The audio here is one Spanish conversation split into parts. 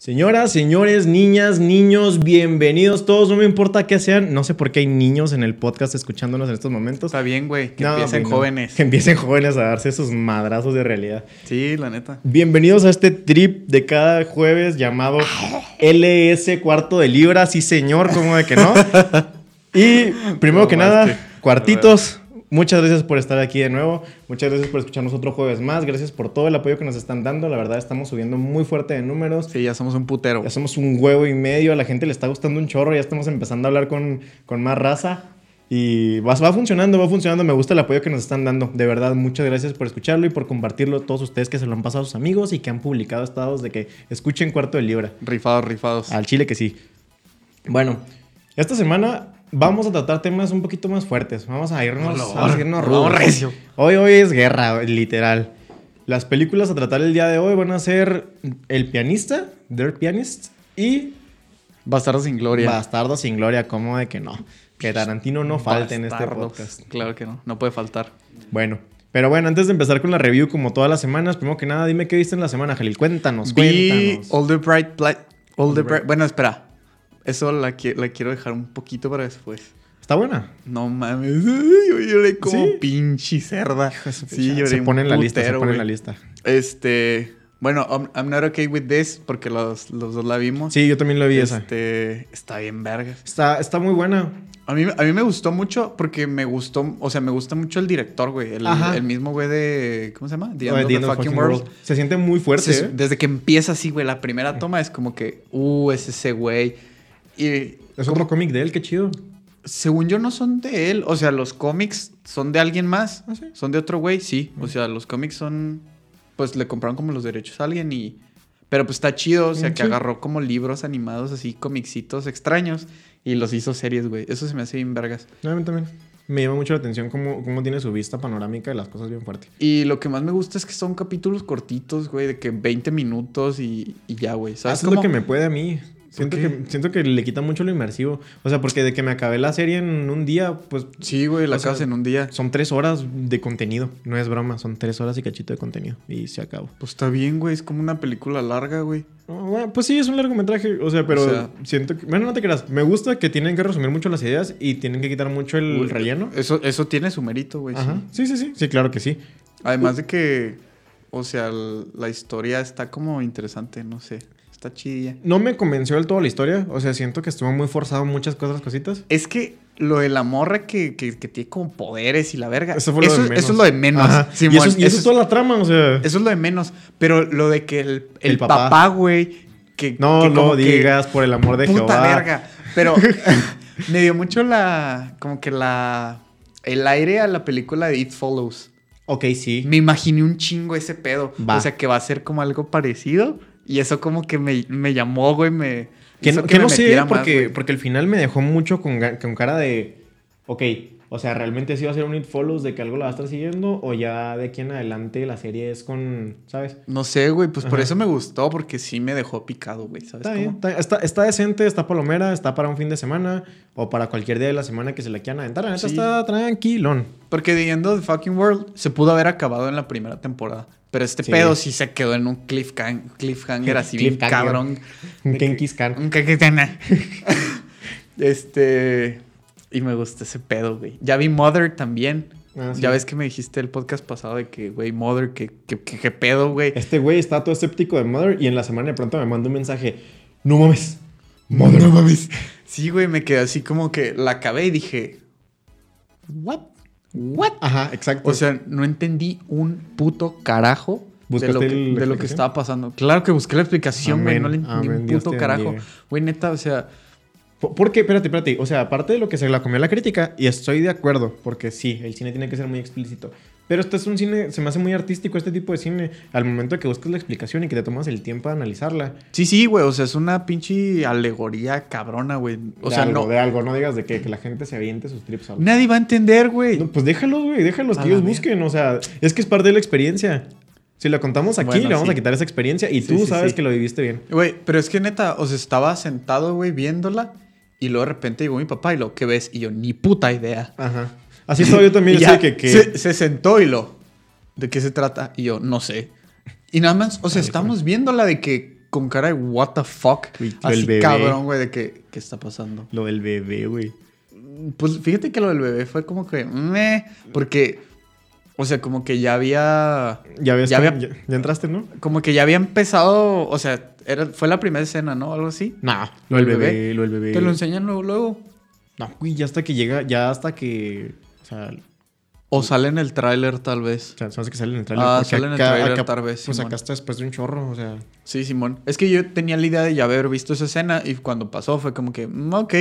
Señoras, señores, niñas, niños, bienvenidos todos. No me importa qué sean. No sé por qué hay niños en el podcast escuchándonos en estos momentos. Está bien, güey, que No, empiecen güey, no. jóvenes. Que empiecen jóvenes a darse esos madrazos de realidad. Sí, la neta. Bienvenidos a este trip de cada jueves llamado LS Cuarto de Libra. Sí, señor, como de que no. Y primero que nada, Mamaste. cuartitos. Muchas gracias por estar aquí de nuevo. Muchas gracias por escucharnos otro jueves más. Gracias por todo el apoyo que nos están dando. La verdad, estamos subiendo muy fuerte de números. Sí, ya somos un putero. Ya somos un huevo y medio, a la gente le está gustando un chorro, ya estamos empezando a hablar con, con más raza. Y va, va funcionando, va funcionando, me gusta el apoyo que nos están dando. De verdad, muchas gracias por escucharlo y por compartirlo todos ustedes que se lo han pasado a sus amigos y que han publicado estados de que escuchen Cuarto de Libra. Rifados, rifados. Al chile que sí. Bueno, esta semana vamos a tratar temas un poquito más fuertes. Vamos a irnos, Por vamos a favor, irnos por favor, rudos. recio. Hoy, hoy es guerra, literal. Las películas a tratar el día de hoy van a ser El Pianista, Dirt Pianist y Bastardos sin gloria. Bastardo sin gloria, ¿cómo de que no? Que Tarantino no falte en este Bastardos. podcast. Claro que no, no puede faltar. Bueno, pero bueno, antes de empezar con la review, como todas las semanas, primero que nada, dime qué viste en la semana, Jalil. Cuéntanos, Vi cuéntanos. All the Bright Light- All the Bright- Bright- Bueno, espera. Eso la, qui- la quiero dejar un poquito para después. ¿Está buena? No mames. Ay, Yo lloré como ¿Sí? pinche cerda. Sí, lloré. se un pone en la lista, se putero, pone en la güey. lista. Este. Bueno, I'm, I'm not okay with this porque los, los dos la vimos. Sí, yo también lo vi esa. Este, está bien vergas. Está, está muy buena. A mí, a mí me gustó mucho porque me gustó, o sea, me gusta mucho el director, güey. El, Ajá. el mismo güey de, ¿cómo se llama? The Lo End de of The the End of Fucking Fucking World. World. Se siente muy fuerte. Se- ¿eh? desde que empieza así, güey, la primera toma es como que, uh, es ese güey. Y Es otro cómic de él, qué chido. según yo no son de él, o sea, los cómics son de alguien más. ¿Ah, sí? Son de otro güey, sí. O sea, los cómics son, pues le compraron como los derechos a alguien y... Pero pues está chido, o sea, Mm, que sí. agarró como libros animados así, comicitos extraños y los hizo series, güey. Eso se me hace bien vergas. No, a mí también. Me llama mucho la atención cómo, cómo tiene su vista panorámica de las cosas bien fuerte. Y lo que más me gusta es que son capítulos cortitos, güey, de que 20 minutos y, y ya, güey. ¿Sabes Eso es lo cómo? que me puede a mí. Siento qué? que, siento que le quita mucho lo inmersivo. O sea, porque de que me acabé la serie en un día, pues Sí, güey, la O sea, acabas en un día. son tres horas de contenido. No es broma, son tres horas y cachito de contenido. Y se acabó. Pues está bien, güey, es como una película larga, güey. No, bueno, Pues sí, es un largometraje. O sea, pero O sea- siento que. Bueno, no te creas. Me gusta que tienen que resumir mucho las ideas y tienen que quitar mucho el Uy, relleno. Eso, eso tiene su mérito, güey. Ajá. Pues sí. Sí, sí, sí. Sí, claro que sí. Además de que, o sea, l- la historia está como interesante, no sé. Está chidilla. No me convenció del todo la historia. O sea, siento que estuvo muy forzado muchas cosas, cositas. Es que lo de la morra que, que- que tiene como poderes y la verga. Eso fue lo de menos. Eso es lo de menos. Ajá. Simón, y eso, es- y eso eso es toda la trama, o sea. Eso es lo de menos. Pero lo de que el, el El papá. papá, güey. Que, no que como lo que- digas, por el amor de puta Jehová. verga. Pero me dio mucho la. Como que la. El aire a la película de It Follows. Ok, sí. Me imaginé un chingo ese pedo. Va. O sea, que va a ser como algo parecido. Y eso como que me, me llamó, güey. Me. Que hizo no, que me no sé, metiera más, porque, güey. porque el final me dejó mucho con, ga- con cara de. Ok, o sea, ¿realmente sí va a ser un It Follows de que algo la va a estar siguiendo? ¿O ya de aquí en adelante la serie es con. ¿Sabes? No sé, güey. Pues por Ajá. eso me gustó. Porque sí me dejó picado, güey. ¿Sabes Está bien, cómo? está, está- está decente, está palomera, está para un fin de semana o para cualquier día de la semana que se la quieran aventar. La neta Sí. está tranquilón. Porque The End of the Fucking World se pudo haber acabado en la primera temporada. Pero este Sí. pedo sí se quedó en un cliffhang- cliffhanger así bien Cliffhanger. cabrón. Un De que- Kenkis Khan. Un caquetana. este. Y me gusta ese pedo, güey. Ya vi Mother también. Ah, sí. Ya ves que me dijiste el podcast pasado de que, güey, Mother, que, que, que- que pedo, güey. Este güey está todo escéptico de Mother y en la semana de pronto me manda un mensaje. No mames. Mother. No mames. Sí, güey, me quedé así como que la acabé y dije, ¿what? ¿What? Ajá, exacto. O sea, no entendí un puto carajo de ¿Buscaste lo, que, la de lo que explicación? estaba pasando. Claro que busqué la explicación, güey. Amén, No le entendí amén, un Dios puto te carajo. bendiga. Güey, neta, o sea, Po- Porque, espérate, espérate. O sea, aparte de lo que se la comió la crítica, y estoy de acuerdo, porque sí, el cine tiene que ser muy explícito. Pero este es un cine, se me hace muy artístico este tipo de cine. Al momento de que buscas la explicación y que te tomas el tiempo de analizarla. Sí, sí, güey. O sea, es una pinche alegoría cabrona, güey. O de sea, algo, no. de algo, no digas de que, que la gente se aviente sus trips. al- Nadie va a entender, güey. No, pues déjalos, güey, déjalos A que ellos la ver- busquen. O sea, es que es parte de la experiencia. Si la contamos aquí, Bueno, le vamos sí. a quitar esa experiencia y Sí, tú sí, sabes sí. que lo viviste bien. Güey, pero es que neta, o sea, estaba sentado, güey, viéndola. Y luego de repente llegó mi papá y lo que ves. Y yo, ni puta idea. Ajá. Así estaba yo también. Y yo ya, sé que, que- Se, se sentó y lo. ¿De qué se trata? Y yo, no sé. Y nada más, o sea, Ay, estamos viendo la de que con cara de what the fuck. Güey, lo del así bebé. cabrón, güey, de que, ¿qué está pasando? Lo del bebé, güey. Pues fíjate que lo del bebé fue como que, meh, porque, o sea, como que ya había, Ya ves, Ya cómo- había- ya, ya entraste, ¿no? como que ya había empezado, o sea, era, fue la primera escena, ¿no? Algo así. No, lo del ¿El bebé, bebé? lo del bebé. Te lo enseñan luego, luego. No, güey, ya hasta que llega, ya hasta que. O sea, O sale en el tráiler, tal vez. o sea, se me hace que sale en el trailer. Ah, sale en el tráiler, tal vez, Pues Simón. acá está después de un chorro, o sea. Sí, Simón. Es que yo tenía la idea de ya haber visto esa escena y cuando pasó fue como que, mm, ok.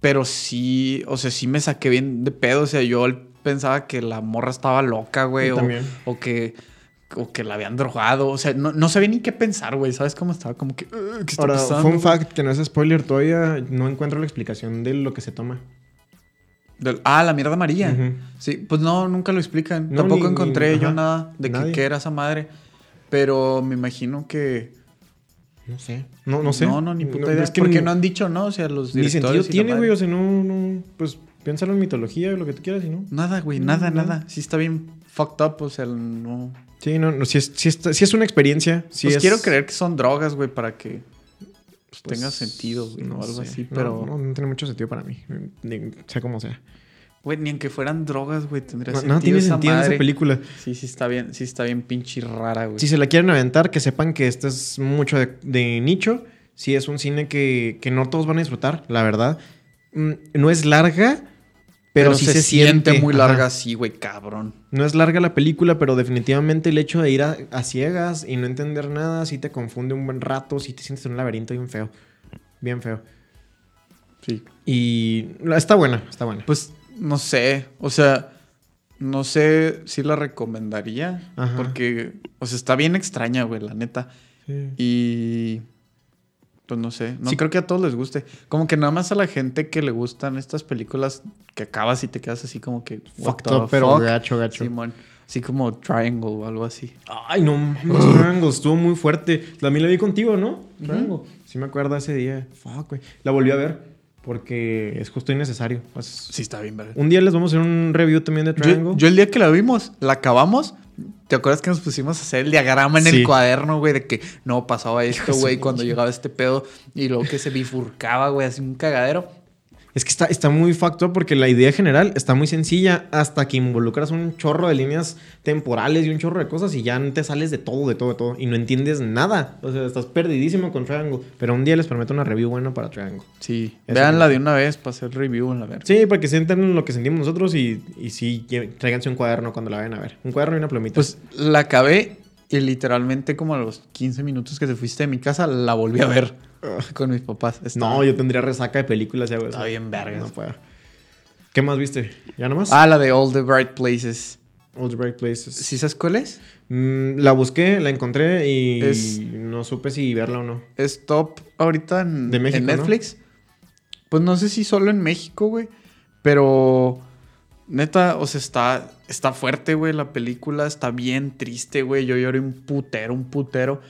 Pero sí, o sea, sí me saqué bien de pedo. O sea, yo al- pensaba que la morra estaba loca, güey. Yo O, también. o que o que la habían drogado. O sea, no, no sabía ni qué pensar, güey. ¿Sabes cómo estaba? Como que, "Ugh, ¿qué está Ahora, pasando? fun fact que no es spoiler todavía, no encuentro la explicación de lo que se toma. Del- ah, la mierda amarilla. Ujú. Sí, pues no, nunca lo explican. No, Tampoco ni- encontré ni- yo ajá, nada de que, nadie. qué era esa madre. Pero me imagino que... No sé. No, no sé. No, no, ni puta idea. es que porque ni- no han dicho, ¿no? O sea, los Ni sentido directores y la tiene, madre. güey. O sea, no, no. Pues piénsalo en mitología, lo que tú quieras y no. Nada, güey, No, nada, nada. nada. Sí está bien fucked up, o sea, no. Sí, no, no. Si es, si es, si es una experiencia. Si pues es, quiero creer que son drogas, güey, para que pues, pues, tenga sentido, güey, no o algo sé. así. No, Pero, No, no tiene mucho sentido para mí. Ni- sea como sea. güey, ni aunque fueran drogas, güey, tendría No, sentido. no tiene sentido en madre. esa película. Sí, sí está bien, sí está bien pinche rara, güey. Si se la quieren aventar, que sepan que esto es mucho de, de nicho. Si es un cine que, que no todos van a disfrutar, la verdad. Mm, No es larga, pero, sí se, siente. muy Ajá. larga, sí, güey, cabrón. No es larga la película, pero definitivamente el hecho de ir a, a ciegas y no entender nada, sí te confunde un buen rato, sí te sientes en un laberinto bien feo. Bien feo. Sí. Y la- está buena, está buena. Pues no sé, o sea, no sé si la recomendaría. Ajá. Porque, o sea, está bien extraña, güey, la neta. Y. Pues no sé. No Sí. creo que a todos les guste. Como que nada más a la gente que le gustan estas películas que acabas y te quedas así como que. what Fucked the up, pero fuck, gacho, gacho. Simón. Así como Triangle o algo así. Ay, no mames, Triangle, estuvo muy fuerte. La mí la vi contigo, ¿no? Triangle. Sí me acuerdo ese día. Fuck, güey. La volví a ver porque es justo y necesario. Pues, Sí, está bien, verga. Un día les vamos a hacer un review también de Triangle. Yo, yo el día que la vimos, la acabamos. ¿Te acuerdas que nos pusimos a hacer el diagrama en Sí. el cuaderno, güey? De que no pasaba Hijo de esto, su güey, cuando pinche- llegaba este pedo y luego que se bifurcaba, güey, así un cagadero. Es que está, está muy factual porque la idea general está muy sencilla hasta que involucras un chorro de líneas temporales y un chorro de cosas y ya no te sales de todo, de todo, de todo. Y no entiendes nada. O sea, estás perdidísimo con Triangle. Pero un día les prometo una review buena para Triangle. Sí. Eso Veanla de una vez para hacer review en la verga. Sí, para que sientan lo que sentimos nosotros y, y sí, lle- tráiganse un cuaderno cuando la vayan a ver. Un cuaderno y una plumita. Pues la acabé y literalmente como a los 15 minutos que te fuiste de mi casa la volví a ver con mis papás. Está- Ah. no, yo tendría resaca de películas ya, güey. Está bien vergas. No puedo. ¿Qué más viste? ¿Ya nomás? Ah, la de All the Bright Places. All the Bright Places. ¿Sí sabes cuál es? Mm, la busqué, la encontré y Es- no supe si verla o no. Es top ahorita en, De México, en ¿no? Netflix. Pues no sé si solo en México, güey. Pero neta, o sea, está, está fuerte, güey, la película. Está bien triste, güey. Yo lloré un putero, un putero.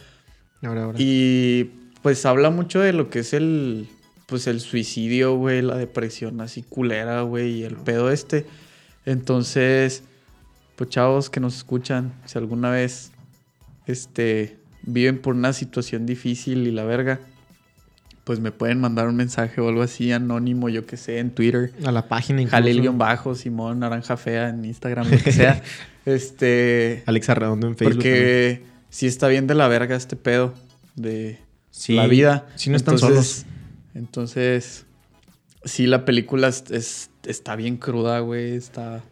Ahora, ahora. Y pues habla mucho de lo que es el pues el suicidio, güey, la depresión así culera, güey, y el pedo este. Entonces, pues chavos que nos escuchan, si alguna vez este viven por una situación difícil y la verga, pues me pueden mandar un mensaje o algo así anónimo, yo que sé, en Twitter. A la página incluso. Jalil-bajo, Simón Naranja Fea en Instagram, lo que sea. este, Alexa Redondo en Facebook. también. porque sí está bien de la verga este pedo de Sí, la vida. sí no están Entonces- Entonces, sí, la película es- es- está bien cruda, güey. Está.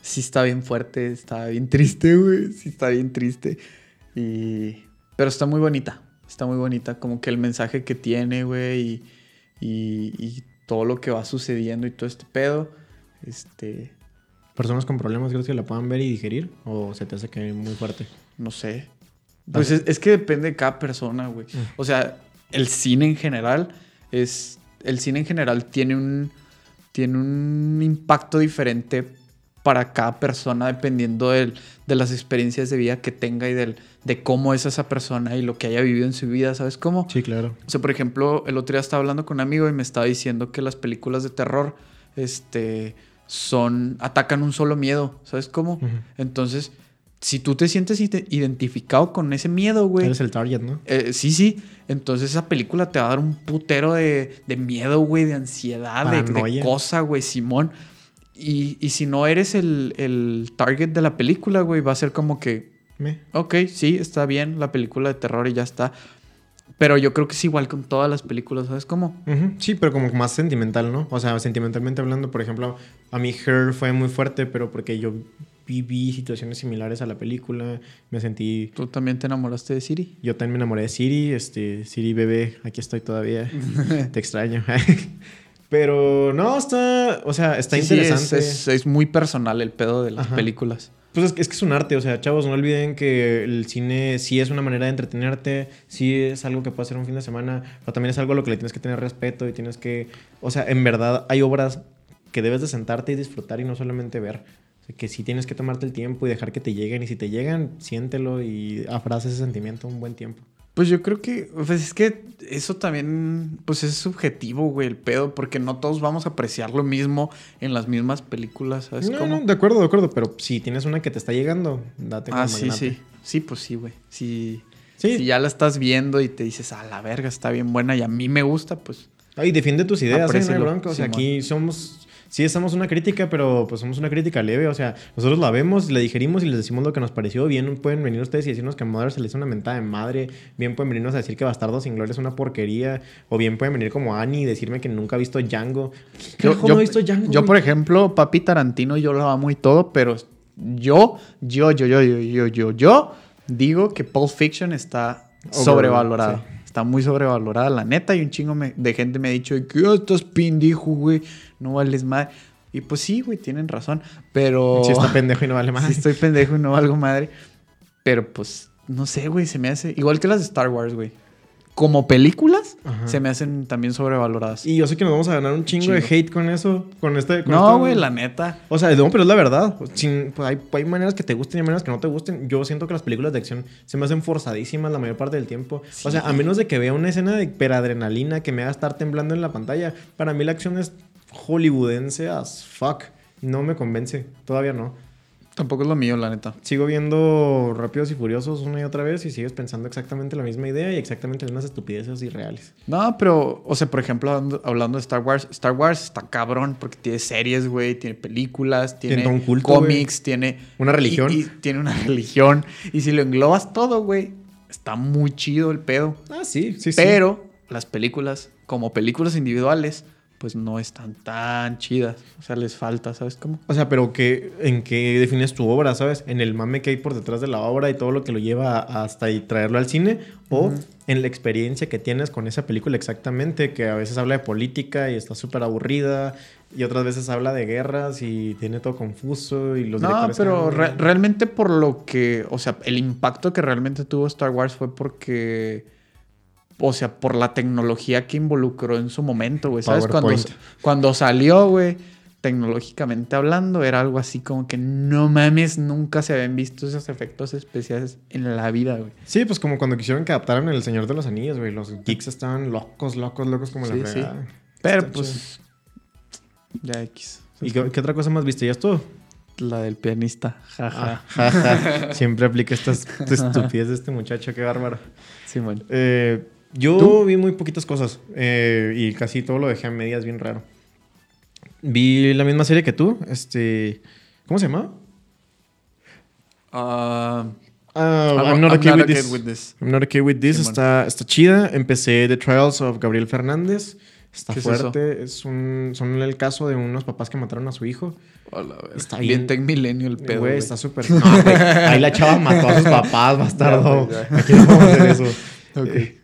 Sí está bien fuerte, está bien triste, güey. Sí está bien triste. Y. Pero está muy bonita. Está muy bonita. Como que el mensaje que tiene, güey. Y, y- y todo lo que va sucediendo y todo este pedo. Este. Personas con problemas, ¿crees que la puedan ver y digerir? ¿O se te hace que muy fuerte? No sé. Pues es, es que depende de cada persona, güey. O sea, el cine en general es. El cine en general tiene un. Tiene un impacto diferente para cada persona dependiendo del- de las experiencias de vida que tenga y del, de cómo es esa persona y lo que haya vivido en su vida, ¿sabes cómo? Sí, claro. O sea, por ejemplo, el otro día estaba hablando con un amigo y me estaba diciendo que las películas de terror, Mm. este, son, atacan un solo miedo, ¿sabes cómo? Ujú. Entonces, si tú te sientes ide- identificado con ese miedo, güey. Eres el target, ¿no? eh, sí, sí. Entonces esa película te va a dar un putero de, de miedo, güey, de ansiedad, de, de Paranoia. cosa, güey, Simón. Y, y si no eres el, el target de la película, güey, va a ser como que, Me. ok, sí, está bien la película de terror y ya está. Pero yo creo que es igual con todas las películas, ¿sabes cómo? Ujú, Sí, pero como más sentimental, ¿no? O sea, sentimentalmente hablando, por ejemplo, a mí Her fue muy fuerte, pero porque yo viví situaciones similares a la película, me sentí... Tú también te enamoraste de Siri. Yo también me enamoré de Siri, este, Siri bebé, aquí estoy todavía, te extraño. pero no, está, o sea, está Sí, sí, es- interesante. es, es muy personal el pedo de las Ajá. películas. Pues es que, es que es un arte, o sea, chavos, no olviden que el cine sí es una manera de entretenerte, sí es algo que puedes hacer un fin de semana, pero también es algo a lo que le tienes que tener respeto y tienes que, o sea, en verdad hay obras que debes de sentarte y disfrutar y no solamente ver. O sea, que sí tienes que tomarte el tiempo y dejar que te lleguen y si te llegan, siéntelo y afrasa ese sentimiento un buen tiempo. Pues yo creo que, pues es que eso también, pues es subjetivo, güey, el pedo, porque no todos vamos a apreciar lo mismo en las mismas películas, ¿sabes? no, cómo? no, de acuerdo, de acuerdo, pero si tienes una que te está llegando, date ah, como sí, magnate. sí. Sí, pues sí, güey. Si, Sí. si ya la estás viendo y te dices, a la verga, está bien buena y a mí me gusta, pues Ay, defiende tus ideas, ¿eh? no hay Aprécialo, bronca. O sea, Simón. aquí somos. Sí, estamos una crítica, pero pues somos una crítica leve. O sea, nosotros la vemos, la digerimos y les decimos lo que nos pareció. Bien pueden venir ustedes y decirnos que a Mother se le hizo una mentada de madre. Bien pueden venirnos a decir que Bastardo sin Gloria es una porquería. O bien pueden venir como Annie y decirme que nunca ha visto Django. ¿Qué carajo no he visto Django? yo, por ejemplo, papi Tarantino, yo lo amo y todo, pero yo, yo, yo, yo, yo, yo, yo, yo digo que Pulp Fiction está Overrated, sobrevalorada. sí. Está muy sobrevalorada, la neta, y un chingo me- de gente me ha dicho, que "Ah, estás pendejo, güey, no vales madre. Y pues sí, güey, tienen razón, pero... Sí, está pendejo y no vale más. Sí, estoy pendejo y no valgo madre. Pero pues, no sé, güey, se me hace... Igual que las de Star Wars, güey. Como películas, Ajá. se me hacen también sobrevaloradas. Y yo sé que nos vamos a ganar un chingo, de Chingo. hate con eso. Con este. con no, esto- güey, la neta. O sea, no, pero es la verdad. Sin- pues, hay, hay maneras que te gusten y hay maneras que no te gusten. Yo siento que las películas de acción se me hacen forzadísimas la mayor parte del tiempo. O sea, a menos de que vea una escena de peradrenalina que me haga estar temblando en la pantalla, para mí la acción es hollywoodense as fuck. No me convence, todavía no. Tampoco es lo mío, la neta. Sigo viendo Rápidos y Furiosos una y otra vez y sigues pensando exactamente la misma idea y exactamente las mismas estupideces irreales. No, pero, o sea, por ejemplo, hablando, hablando de Star Wars, Star Wars está cabrón porque tiene series, güey, tiene películas, tiene, Tiene todo un culto, cómics, tiene... Una y- religión. Y, tiene una religión. Y si lo englobas todo, güey, está muy chido el pedo. Ah, sí, sí, sí. pero las películas, como películas individuales, pues no están tan chidas. O sea, les falta, ¿sabes cómo? O sea, pero que, ¿en qué defines tu obra, sabes? ¿En el mame que hay por detrás de la obra y todo lo que lo lleva hasta y traerlo al cine? ¿O en la experiencia que tienes con esa película exactamente? Que a veces habla de política y está súper aburrida y otras veces habla de guerras y tiene todo confuso y los No, directores... pero cambian. re- realmente por lo que, o sea, el impacto que realmente tuvo Star Wars fue porque, o sea, por la tecnología que involucró en su momento, güey. ¿Sabes? Cuando, PowerPoint. cuando salió, güey, tecnológicamente hablando, era algo así como que no mames, nunca se habían visto esos efectos especiales en la vida, güey. Sí, pues como cuando quisieron que adaptaran El Señor de los Anillos, güey. Los geeks estaban locos, locos, locos como Sí, la sí. fregada. Pero Está pues, ya X. ¿Y qué, qué otra cosa más viste? ¿Ya Ah, es todo? La del pianista, jaja. Siempre aplica estas estupidez de este muchacho, qué bárbaro. Simón. Eh, yo ¿Tú? vi muy poquitas cosas eh, y casi todo lo dejé a medias, bien raro. Vi la misma serie que tú, este... ¿Cómo se llama? Ah, Ah, I'm I'm not not okay with okay this. with this. I'm not okay with this. Simón. Está, está chida. Empecé The Trials of Gabriel Fernández. Está ¿Qué es fuerte. Es, un, son el caso de unos papás que mataron a su hijo. a la verga. Está bien. bien. Tech Milenio el pedo. Güey, güey. está súper. No, güey. Ahí la chava mató a sus papás, bastardo. Ya, Aquí no vamos a hacer eso. Ok. Eh,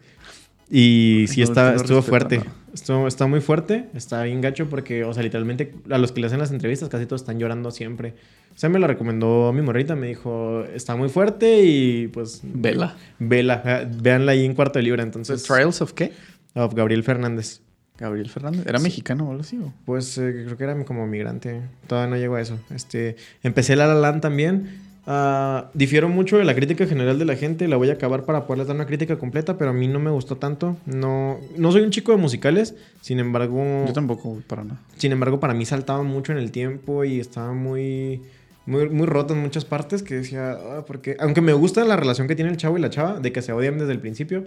Y sí, No, está, no estuvo respeto, fuerte. no. Estuvo- está muy fuerte. Está bien gacho porque, o sea, literalmente a los que le hacen las entrevistas casi todos están llorando siempre. O sea, me la recomendó mi morrita. Me dijo, está muy fuerte y pues. Vela. Vela. eh, Véanla ahí en cuarto de libra. Entonces, Entonces, ¿Trials of qué? of Gabriel Fernández. Gabriel Fernández. ¿Era mexicano o algo así? o? Pues eh, creo que era como migrante. Todavía no llego a eso. Este, empecé La La Land también. Ah, difiero mucho de la crítica general de la gente. La voy a acabar para poderles dar una crítica completa, pero a mí no me gustó tanto. No, no soy un chico de musicales. Sin embargo, Yo tampoco, güey, para nada. sin embargo, para mí saltaba mucho en el tiempo y estaba muy muy, muy roto en muchas partes que decía, ah, porque aunque me gusta la relación que tiene el chavo y la chava, de que se odian desde el principio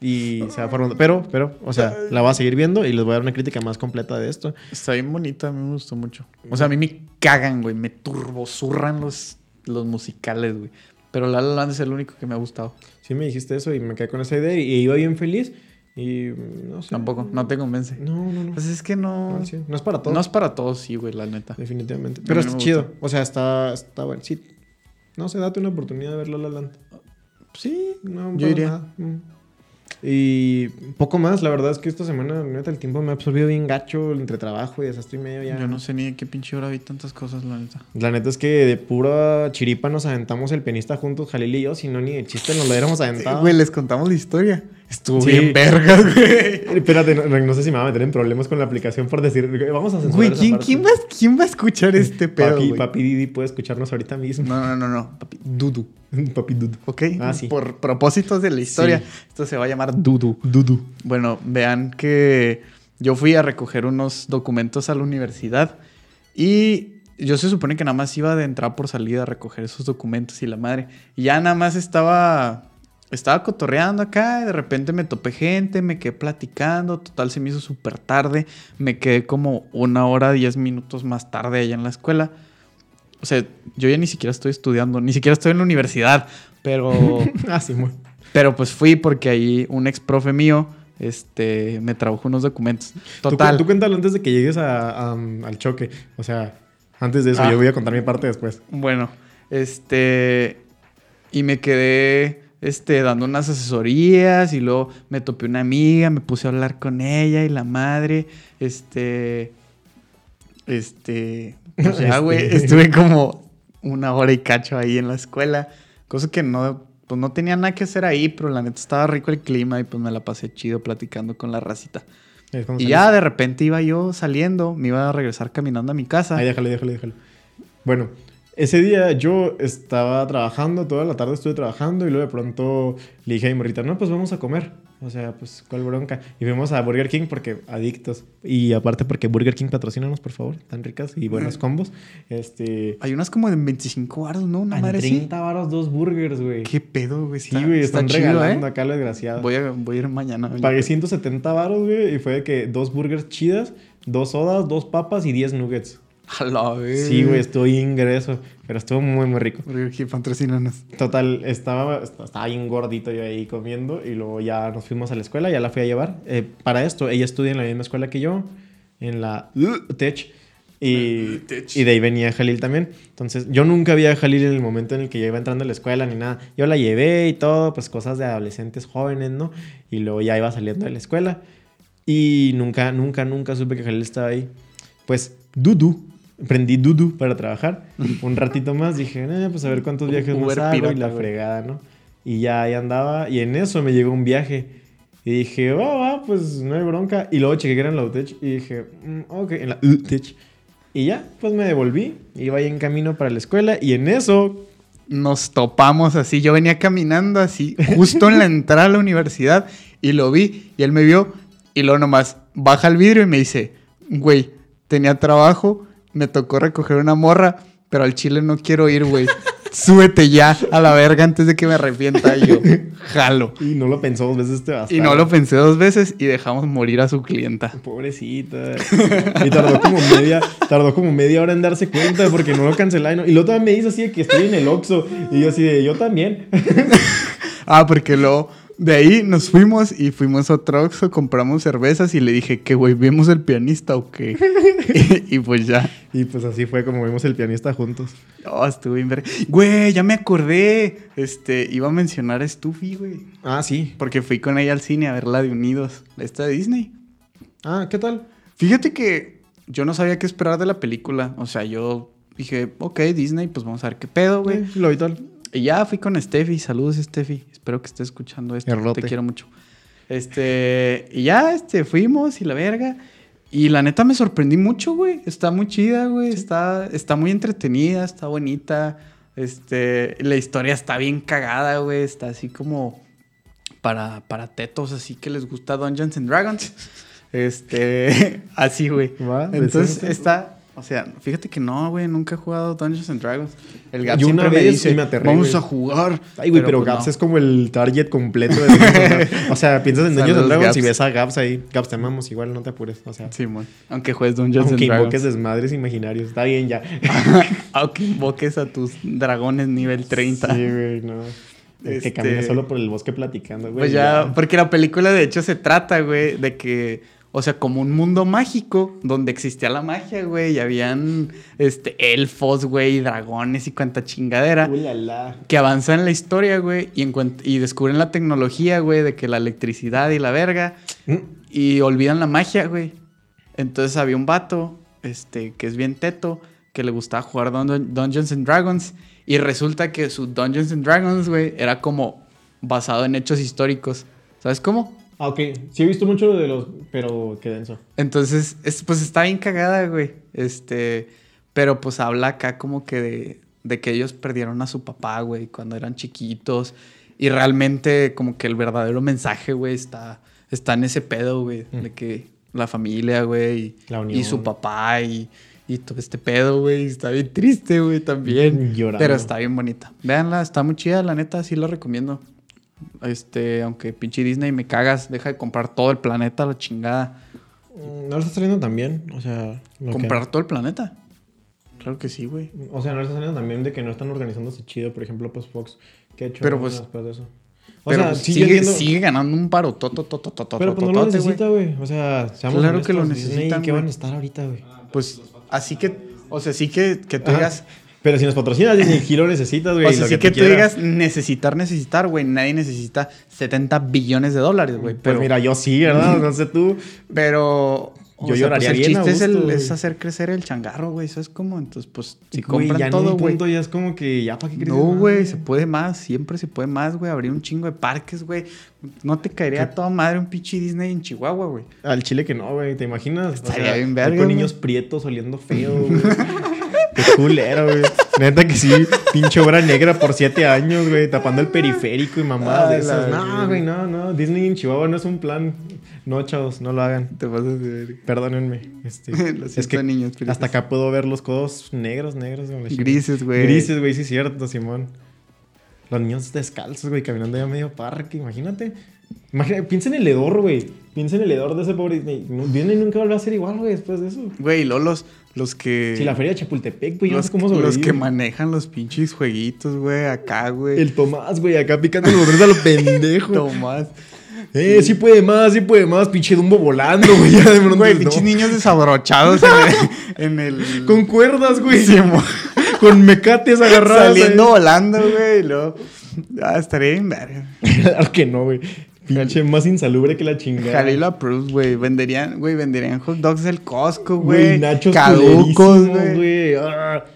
y se va formando, pero, pero, o sea, la voy a seguir viendo y les voy a dar una crítica más completa de esto. Está bien bonita, a mí me gustó mucho. O sea, a mí me cagan, güey, me turbosurran los, los musicales, güey. Pero La La Land es el único que me ha gustado. Sí me dijiste eso y me quedé con esa idea y, iba bien feliz y mm, no sé. Tampoco, no te convence. No, no, no. Pues es que no... No, sí, no es para todos. No es para todos, sí, güey, la neta. Definitivamente. A Pero mí no está me chido. O sea, está, está bueno. Sí. No sé, date una oportunidad de ver La La Land. Sí, No, Yo para iría. nada. Mm. Y poco más. La verdad es que esta semana, neta, el tiempo me ha absorbido bien gacho entre trabajo y desastre y medio ya. yo no sé ni de qué pinche hora vi tantas cosas, la neta. La neta es que de pura chiripa nos aventamos el pianista juntos, Jalil y yo, si no ni de chiste nos lo hubiéramos aventado. les contamos la historia. Estuvo Sí. bien vergas, güey. Espérate, no, no- no sé si me va a meter en problemas con la aplicación por decir, vamos a censurar Güey, esa ¿quién, parte. quién va, a- quién va a escuchar este pedo, Papi, güey? papi Didi puede escucharnos ahorita mismo. No, no, no, no. Papi, Dudu, papi Dudu. ¿ok? Ah, sí. Por propósitos de la historia, Sí. esto se va a llamar Dudu. Dudu. Bueno, vean que yo fui a recoger unos documentos a la universidad y yo se supone que nada más iba de entrada por salida a recoger esos documentos y la madre. Y ya nada más estaba, estaba cotorreando acá y de repente me topé gente, me quedé platicando, total se me hizo súper tarde, me quedé como una hora, diez minutos más tarde allá en la escuela. O sea, yo ya ni siquiera estoy estudiando, ni siquiera estoy en la universidad, pero... Ah, sí, muy. Pero pues fui porque ahí un ex profe mío este, me trabajó unos documentos. Total. Tú, tú cuéntalo antes de que llegues a- a, um, al choque. O sea, antes de eso, Ah. yo voy a contar mi parte después. Bueno, este. Y me quedé este, dando unas asesorías y luego me topé una amiga, me puse a hablar con ella y la madre. Este. Este. Pues ya, güey. Este. Estuve como una hora y cacho ahí en la escuela. Cosa que no. Pues no tenía nada que hacer ahí, pero la neta estaba rico el clima y pues me la pasé chido platicando con la racita. Es cuando Y sales. ya de repente iba yo saliendo, me iba a regresar caminando a mi casa. Ahí déjalo, déjalo, déjalo. Bueno, ese día yo estaba trabajando, toda la tarde estuve trabajando y luego de pronto le dije a mi morrita, no, pues vamos a comer. O sea, pues, ¿cuál bronca? Y fuimos a Burger King porque adictos. Y aparte porque Burger King patrocínanos, por favor. Tan ricas y buenos combos. Este... Hay unas como de 25 baros, ¿no? Una en madre así. 30 varos dos burgers, güey. ¿Qué pedo, güey? Sí, güey, están chido, regalando ¿eh? acá lo desgraciado. Voy a, voy a ir mañana. yo Pagué creo. 170 varos, güey, y fue de que dos burgers chidas, dos sodas, dos papas y 10 nuggets. A la vez. Sí, güey, estoy ingreso, pero estuvo muy, muy rico. Burger King patrocínanos. Total, estaba, estaba bien gordito yo ahí comiendo y luego ya nos fuimos a la escuela, ya la fui a llevar. Eh, para esto, ella estudia en la misma escuela que yo, en la TECH. Y, Tech. y de ahí venía Jalil también. Entonces, yo nunca vi a Jalil en el momento en el que yo iba entrando a la escuela ni nada. Yo la llevé y todo, pues cosas de adolescentes jóvenes, ¿no? Y luego ya iba saliendo de la escuela. Y nunca, nunca, nunca supe que Jalil estaba ahí. Pues Dudu, prendí Dudu para trabajar. Un ratito más dije, "Eh, pues a ver cuántos viajes más Uber hago y pirata, la güey. fregada, ¿no? Y ya ahí andaba. Y en eso me llegó un viaje. Y dije, va, va, pues no hay bronca. Y luego chequé que era en la UTech y dije, "Mm, ok, en la UTech. Y ya, pues me devolví. Iba ahí en camino para la escuela. Y en eso, Nos topamos así. Yo venía caminando así, justo en la entrada a la universidad, y lo vi, y él me vio, y luego nomás baja el vidrio y me dice: Güey, tenía trabajo, me tocó recoger una morra, pero al chile no quiero ir, güey. Súbete ya a la verga antes de que me arrepienta. Y yo, jalo. y no lo pensó dos veces este bastante. Y no lo pensé dos veces y dejamos morir a su clienta. Pobrecita. Y tardó como media, tardó como media hora en darse cuenta porque no lo cancelaba. Y, no- y luego también me dice así de que estoy en el Oxxo. Y yo así de, yo también. Ah, porque luego de ahí nos fuimos y fuimos a otro Oxxo, compramos cervezas y le dije que, güey, ¿vimos el pianista o qué? y, y pues ya. Y pues así fue como vimos el pianista juntos. Oh, estuve bien ver- Güey, ya me acordé. Este, iba a mencionar a Stuffy, güey. Ah, sí. Porque fui con ella al cine a ver la de Unidos, la esta de Disney. Ah, ¿qué tal? Fíjate que yo no sabía qué esperar de la película. O sea, yo dije, ok, Disney, pues vamos a ver qué pedo, güey. Eh, Lo vi tal. Y ya fui con Steffi. Saludos, Steffi. Espero que esté escuchando esto. Errote. Te quiero mucho. Este, y ya, este, fuimos y la verga. Y la neta me sorprendí mucho, güey. Está muy chida, güey. Está, está muy entretenida, está bonita. Este, la historia está bien cagada, güey. Está así como para, para tetos, así que les gusta Dungeons and Dragons. Este, así, güey. Va, Entonces decente. está, O sea, fíjate que no, güey, nunca he jugado Dungeons and Dragons. El Gap Yo una siempre me vez dice, y me aterré, vamos güey. a jugar. Ay, güey, pero, pues, Gaps no. es como el target completo. de Dungeons and Dragons. o sea, piensas en Dungeons Saludos, and Dragons y Gaps. ves a Gaps ahí. Gaps, te amamos, igual no te apures. O sea, Simón. Aunque juegues Dungeons aunque and Dragons. invoques desmadres imaginarios. Está bien ya. Aunque invoques a tus dragones nivel 30. Sí, güey, no. El Este- Que caminas solo por el bosque platicando, güey. Pues ya, porque la película de hecho se trata, güey, de que, o sea, como un mundo mágico donde existía la magia, güey, y habían este, elfos, güey, y dragones y cuanta chingadera. Ulala. Que avanzan en la historia, güey, y, encuent- y descubren la tecnología, güey, de que la electricidad y la verga, Mm. y olvidan la magia, güey. Entonces había un vato, este, que es bien teto, que le gustaba jugar Dun- Dungeons and Dragons. Y resulta que su Dungeons and Dragons, güey, era como basado en hechos históricos. ¿Sabes cómo? Ah, ok. Sí he visto mucho de los... Pero qué denso. Entonces, es- pues está bien cagada, güey. Este, pero pues habla acá como que de, de que ellos perdieron a su papá, güey, cuando eran chiquitos. Y realmente como que el verdadero mensaje, güey, está, está en ese pedo, güey. Mm. De que la familia, güey, y- La unión. y su papá y, y todo este pedo, güey. Está bien triste, güey, también. Mm, Llorando. Pero está bien bonita. Véanla, está muy chida, la neta, sí la recomiendo. Este, aunque pinche Disney me cagas, deja de comprar todo el planeta, a la chingada. Mm, No lo está saliendo tan bien. O sea... lo que- ¿Comprar todo el planeta? Claro que sí, güey. O sea, no está saliendo también de que no están organizándose chido, por ejemplo, pues Fox, que ha hecho Pero, pues, después de eso. O Pero sea, pues, sí, yo sigue, entiendo, sigue ganando un paro. Toto, toto, toto, pero pues no lo tototote, güey. necesita, güey. O sea, seamos Claro que lo honestos, Disney, necesitan, ¿Qué güey. van a estar ahorita, güey? Pues así que, o sea, sí que, que tú Ajá. digas, Pero si nos patrocinas, Disney, ¿qué lo necesitas, güey? o sea, Lo sí que, tú tú quieras. digas necesitar, necesitar, güey. Nadie necesita 70 billones de dólares, güey. Pues Pero, mira, yo sí, ¿verdad? No sé tú. pero, o Yo sea, pues, lloraría el bien a chiste es, el- gusto, güey. es hacer crecer el changarro, güey. Eso es como, entonces, pues, si Güey, compran ya en todo, un güey. punto ya es como que ya para qué crees. No, güey, se puede más, siempre se puede más, güey. Abrir un chingo de parques, güey. No te caería a toda madre un pinche Disney en Chihuahua, güey. Al chile que no, güey, ¿te imaginas? Estaría bien verga, Con güey. niños prietos oliendo feo, güey. Qué culero, güey. Neta que sí, pinche obra negra por siete años, güey, tapando el periférico y mamadas de Ay, la esas. verga. No, güey, no, no. Disney en Chihuahua no es un plan. No, chavos, no lo hagan. Te pasas de ver. Perdónenme. Este, Lo es siento, que niños prietos. hasta acá puedo ver los codos negros, negros. güey. Grises, güey. Grises, güey, sí es cierto, Simón. Los niños descalzos, güey, caminando ya medio parque, imagínate. Imagina- piensa en el hedor, güey. Piensa en el hedor de ese pobre Disney. No- Disney nunca volvió a ser igual, güey, después de eso. Güey, y luego los, los que. Si la feria de Chapultepec, güey, yo no los, sé cómo los que sobrevive. manejan los pinches jueguitos, güey, acá, güey. El Tomás, güey, acá picando los botones a los pendejos. Tomás. eh, sí puede más, sí puede más, pinche Dumbo volando, güey. ya de pronto, Güey, no. pinches niños desabrochados en el. en el- Con cuerdas, güey. Sí, mo- Con mecates agarrados. saliendo volando, güey. y luego- Ah, estaría bien verga. ahí. Claro que no, güey. Pinche más insalubre que la chingada. Jalil approves, güey. Venderían, güey, venderían hot dogs del Costco, Güey, güey. nachos caducos, culerísimos, güey. güey. ah.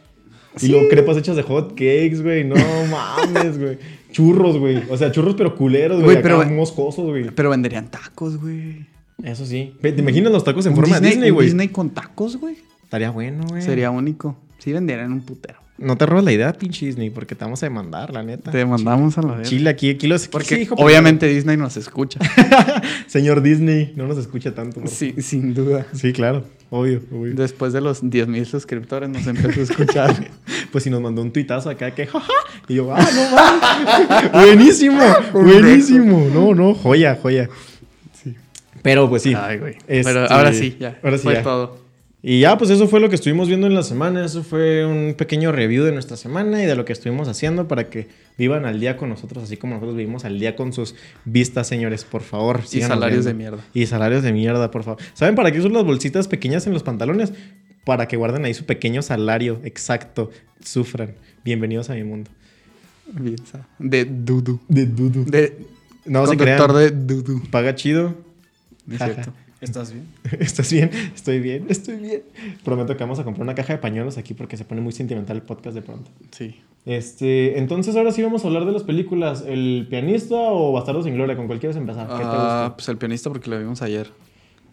Y luego crepas hechas de hot cakes, güey. No mames, güey. Churros, güey. O sea, churros pero culeros, Güey, güey. Acá pero- moscosos, güey. Pero venderían tacos, güey. Eso sí. Ve, ¿Te imaginas los tacos en Un forma de Disney, un güey? Disney con tacos, güey. Estaría bueno, güey. Sería único. Sí venderían un putero. No te robas la idea, pinche Disney, porque te vamos a demandar, la neta. Te mandamos a la vez. Ah, Chile aquí, aquí los... Porque Sí, hijo, pero- obviamente Disney nos escucha. Señor Disney, no nos escucha tanto. por- sí, sin duda. Sí, claro. Obvio, obvio. Después de los 10.000 suscriptores nos empezó a escuchar. Pues si nos mandó un tuitazo acá que jaja. Y yo, ah, no mames. buenísimo, buenísimo. No, no, joya, joya. Pero pues sí. Ay, güey. Este, Pero ahora sí, ya. Ahora sí. Fue ya. todo. Y ya, pues eso fue lo que estuvimos viendo en la semana. Eso fue un pequeño review de nuestra semana y de lo que estuvimos haciendo para que vivan al día con nosotros, así como nosotros vivimos al día con sus vistas, señores, por favor. Y síganos salarios viendo. de mierda. Y salarios de mierda, por favor. ¿Saben para qué usan las bolsitas pequeñas en los pantalones? Para que guarden ahí su pequeño salario. Exacto. Sufran. Bienvenidos a mi mundo. Bien, sa- De Dudu. De Dudu. De No se crean. conductor de Dudu. Paga chido. Es Ajá. cierto. ¿Estás bien? ¿Estás bien? Estoy bien. Estoy bien. Prometo que vamos a comprar una caja de pañuelos aquí porque se pone muy sentimental el podcast de pronto. Sí. Este, entonces ahora sí vamos a hablar de las películas. ¿El pianista o Bastardos sin Gloria? ¿Con cuál quieres empezar? ¿Qué te Ah, gusta? pues el pianista porque lo vimos ayer.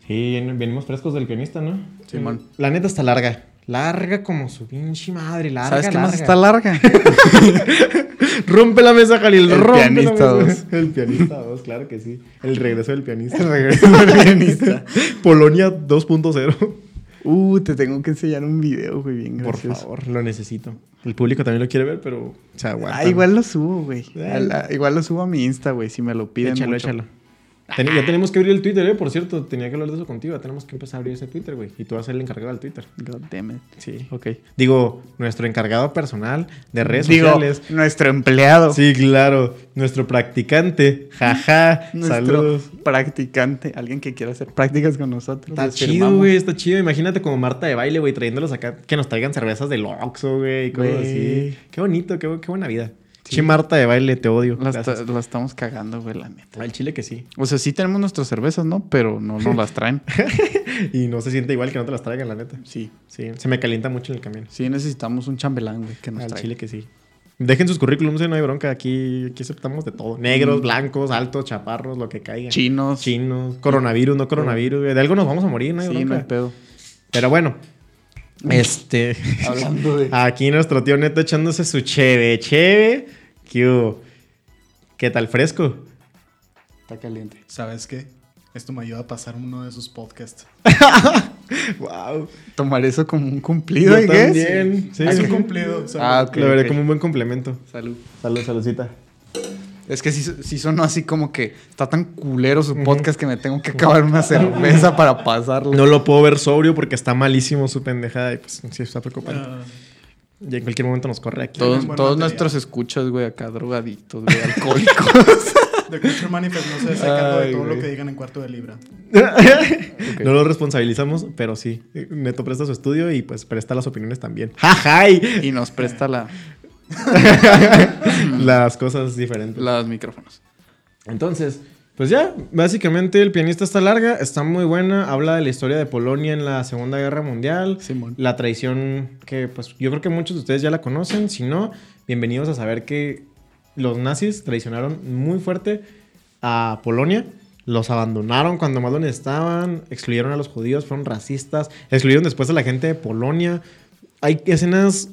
Sí, ven- venimos frescos del pianista, ¿no? Mm, Simón. La neta está larga. Larga como su pinche madre, larga. ¿Sabes qué más larga. está larga? Rompe la mesa, Jalil. El rompe pianista la mesa. dos. El pianista 2, claro que sí. El regreso del pianista. El regreso del pianista. Polonia 2.0. Uh, te tengo que enseñar un video, güey, bien Por gracioso. favor, lo necesito. El público también lo quiere ver, pero se aguanta. Ah, igual lo subo, güey. Eh. A la- Igual lo subo a mi Insta, güey, si me lo piden Échalo, mucho. échalo. Ten- ya tenemos que abrir el Twitter, ¿eh? Por cierto, tenía que hablar de eso contigo. Ya tenemos que empezar a abrir ese Twitter, güey. Y tú vas a ser el encargado del Twitter. God damn it. Sí. Ok. Digo, nuestro encargado personal de redes Digo, sociales. nuestro empleado. Sí, claro. Nuestro practicante. Jaja. Nuestro Saludos. practicante. Alguien que quiera hacer prácticas con nosotros. Está les chido, firmamos. güey. Está chido. Imagínate como Marta de baile, güey, trayéndolos acá. Que nos traigan cervezas del Oxxo, güey. Y cosas Güey. así. Qué bonito, qué, qué buena vida. Che, Marta de baile, te odio. La, Gracias. esta- la estamos cagando, güey, la neta. Al chile que sí. O sea, sí tenemos nuestras cervezas, ¿no? Pero no nos las traen. Y no se siente igual que no te las traigan, la neta. Sí. Sí, se me calienta mucho en el camión. Sí necesitamos un chambelán, güey, que nos Al traiga. chile que sí. Dejen sus currículums, eh, no hay bronca. Aquí, aquí aceptamos de todo. Negros, blancos, altos, chaparros, lo que caiga. Chinos. Chinos. Coronavirus, no coronavirus. güey. De algo nos vamos a morir, no hay Sí, bronca. no hay pedo. Pero bueno. Este. Hablando de... Aquí nuestro tío Neto echándose su cheve, cheve. ¿Qué, hubo? ¿Qué tal fresco? Está caliente. ¿Sabes qué? Esto me ayuda a pasar uno de sus podcasts. Wow. Tomar eso como un cumplido, ¿y qué? también. Sí, Es sí. un cumplido. ¿sabes? Ah, ok. Lo veré como un buen complemento. Salud. Salud, saludcita. Es que sí, sí sonó así como que está tan culero su podcast que me tengo que acabar una cerveza para pasarlo. No lo puedo ver sobrio porque está malísimo su pendejada y pues sí está preocupante. Ah, Y en cualquier momento nos corre aquí. Todos, buen todos material. nuestros escuchas, güey, acá drogadictos, güey, alcohólicos. The Culture Manifest no se hace cargo de Ay, todo güey. lo que digan en cuarto de libra. No lo responsabilizamos, pero sí. Neto presta su estudio y pues presta las opiniones también. ¡Jajay! y nos presta la, Las cosas diferentes. los micrófonos. Entonces, pues ya, básicamente el pianista está larga, está muy buena, habla de la historia de Polonia en la Segunda Guerra Mundial, Simón. la traición que pues yo creo que muchos de ustedes ya la conocen, si no, bienvenidos a saber que los nazis traicionaron muy fuerte a Polonia. Los abandonaron cuando más lo necesitaban, excluyeron a los judíos, fueron racistas, excluyeron después a la gente de Polonia. Hay escenas,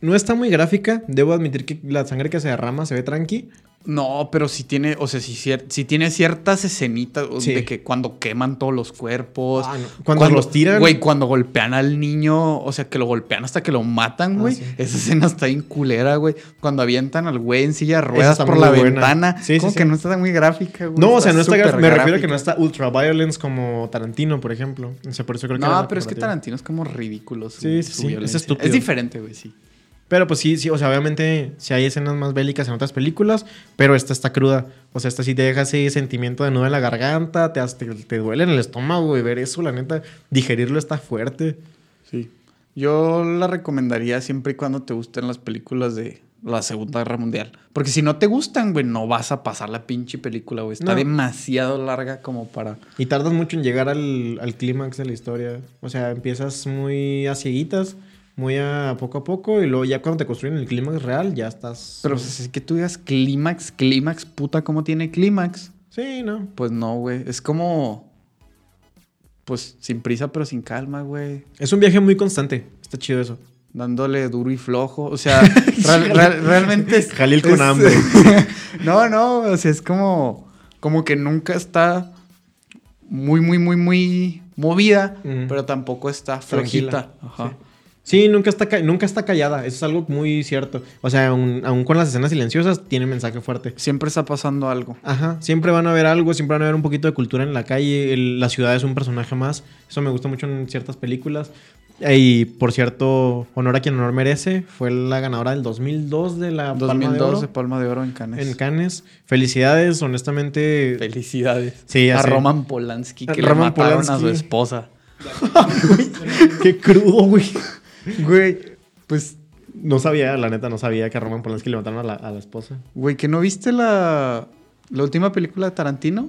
no está muy gráfica, debo admitir que la sangre que se derrama se ve tranqui, No, pero sí tiene, o sea, sí, cier- sí tiene ciertas escenitas o- Sí. de que cuando queman todos los cuerpos. Ah, no. Cuando los tiran. Güey, cuando golpean al niño, o sea, que lo golpean hasta que lo matan, Ah, güey. sí. Esa escena está bien culera, güey. Cuando avientan al güey en silla de ruedas está por muy la buena. ventana. Sí, sí, como sí. que no está tan muy gráfica, güey. No, o sea, no está gra- súper Me refiero a que gráfica. no está ultra violence como Tarantino, por ejemplo. O sea, por eso creo que. era No, la pero es que comparativa. Tarantino es como ridículo. su- Sí, sí, su sí, es violencia. estúpido. Es diferente, güey, sí. Pero pues sí, sí, o sea, obviamente si hay escenas más bélicas en otras películas, pero esta está cruda. O sea, esta sí te deja ese sentimiento de nudo en la garganta, te, hace- te, te duele en el estómago y ver eso, la neta, digerirlo está fuerte. Sí. Yo la recomendaría siempre y cuando te gusten las películas de la Segunda Guerra Mundial. Porque si no te gustan, güey, no vas a pasar la pinche película, güey. Está No. demasiado larga como para. Y tardas mucho en llegar al, al clímax de la historia. O sea, empiezas muy a cieguitas, muy a poco a poco, y luego ya cuando te construyen el clímax real, ya estás. Pero pues, si es que tú digas clímax, clímax, puta, ¿cómo tiene clímax? Sí, no. Pues no, güey. Es como. Pues sin prisa, pero sin calma, güey. Es un viaje muy constante. Está chido eso. Dándole duro y flojo. O sea, real- real- realmente es. Jalil con es- hambre. no, no, o sea, es como, como que nunca está muy, muy, muy, muy movida, Ujú. pero tampoco está Tranquila, flojita. Ajá. Sí, nunca está, ca- nunca está callada. Eso es algo muy cierto. O sea, aún, aún con las escenas silenciosas, tiene mensaje fuerte. Siempre está pasando algo. Ajá, siempre van a haber algo, siempre van a haber un poquito de cultura en la calle. el- la ciudad es un personaje más. Eso me gusta mucho en ciertas películas. Eh, Y por cierto, honor a quien honor merece. Fue la ganadora del 2002 de la 2012, 2012 Palma de Oro en Cannes. en Cannes. Felicidades, honestamente. Felicidades. Sí, ya a sé. Roman Polanski, que le Roman mataron a su Polanski. esposa. Qué crudo, güey. Güey, pues, No sabía, la neta, no sabía que a Roman Polanski le mataron a la, a la esposa. güey, ¿que no viste la, la última película de Tarantino?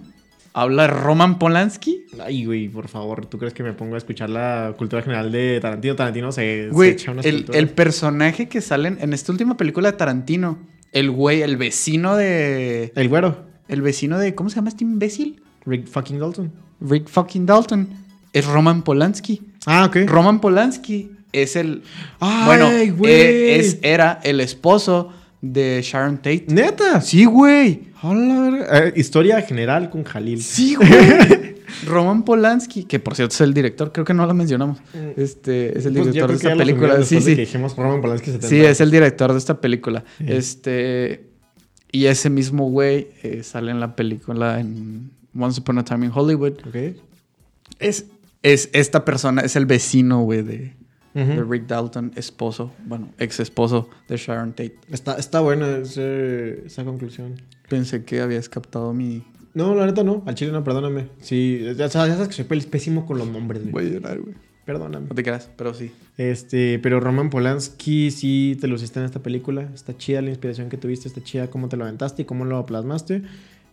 Habla Roman Polanski. Ay, güey, por favor, ¿tú crees que me pongo a escuchar la cultura general de Tarantino? Tarantino se, se Güey, echa unas el, culturas. el personaje que salen en esta última película de Tarantino, el güey, el vecino de. El güero, El vecino de. ¿Cómo se llama este imbécil? Rick fucking Dalton. Rick fucking Dalton. Es Roman Polanski. Ah, ok. Roman Polanski es el. Ay, bueno, güey. eh, es, era el esposo de Sharon Tate. ¿Neta? Sí, güey. A la verga. Eh, historia general con Jalil. Sí, güey. Roman Polanski, que por cierto es el director, creo que no lo mencionamos. Este, es el Pues yo director creo que ya de esta lo asumieron película. Sí, después de que sí. dijimos Roman Polanski 70. Sí, es el director de esta película. Sí. Este. Y ese mismo güey eh, sale en la película en Once Upon a Time in Hollywood. Ok. Es, es esta persona, es el vecino, güey, de, Ujú. de Rick Dalton, esposo, bueno, ex esposo de Sharon Tate. Está, está buena ese- esa conclusión. Pensé que habías captado mi. No, la neta no. Al chile no, perdóname. Sí, ya sabes, ya sabes que soy pel- pésimo con los nombres, güey. a llorar, güey. Perdóname. No te creas, pero sí. Este, pero Roman Polanski sí te lo hiciste en esta película. Está chida la inspiración que tuviste, está chida cómo te lo aventaste y cómo lo plasmaste.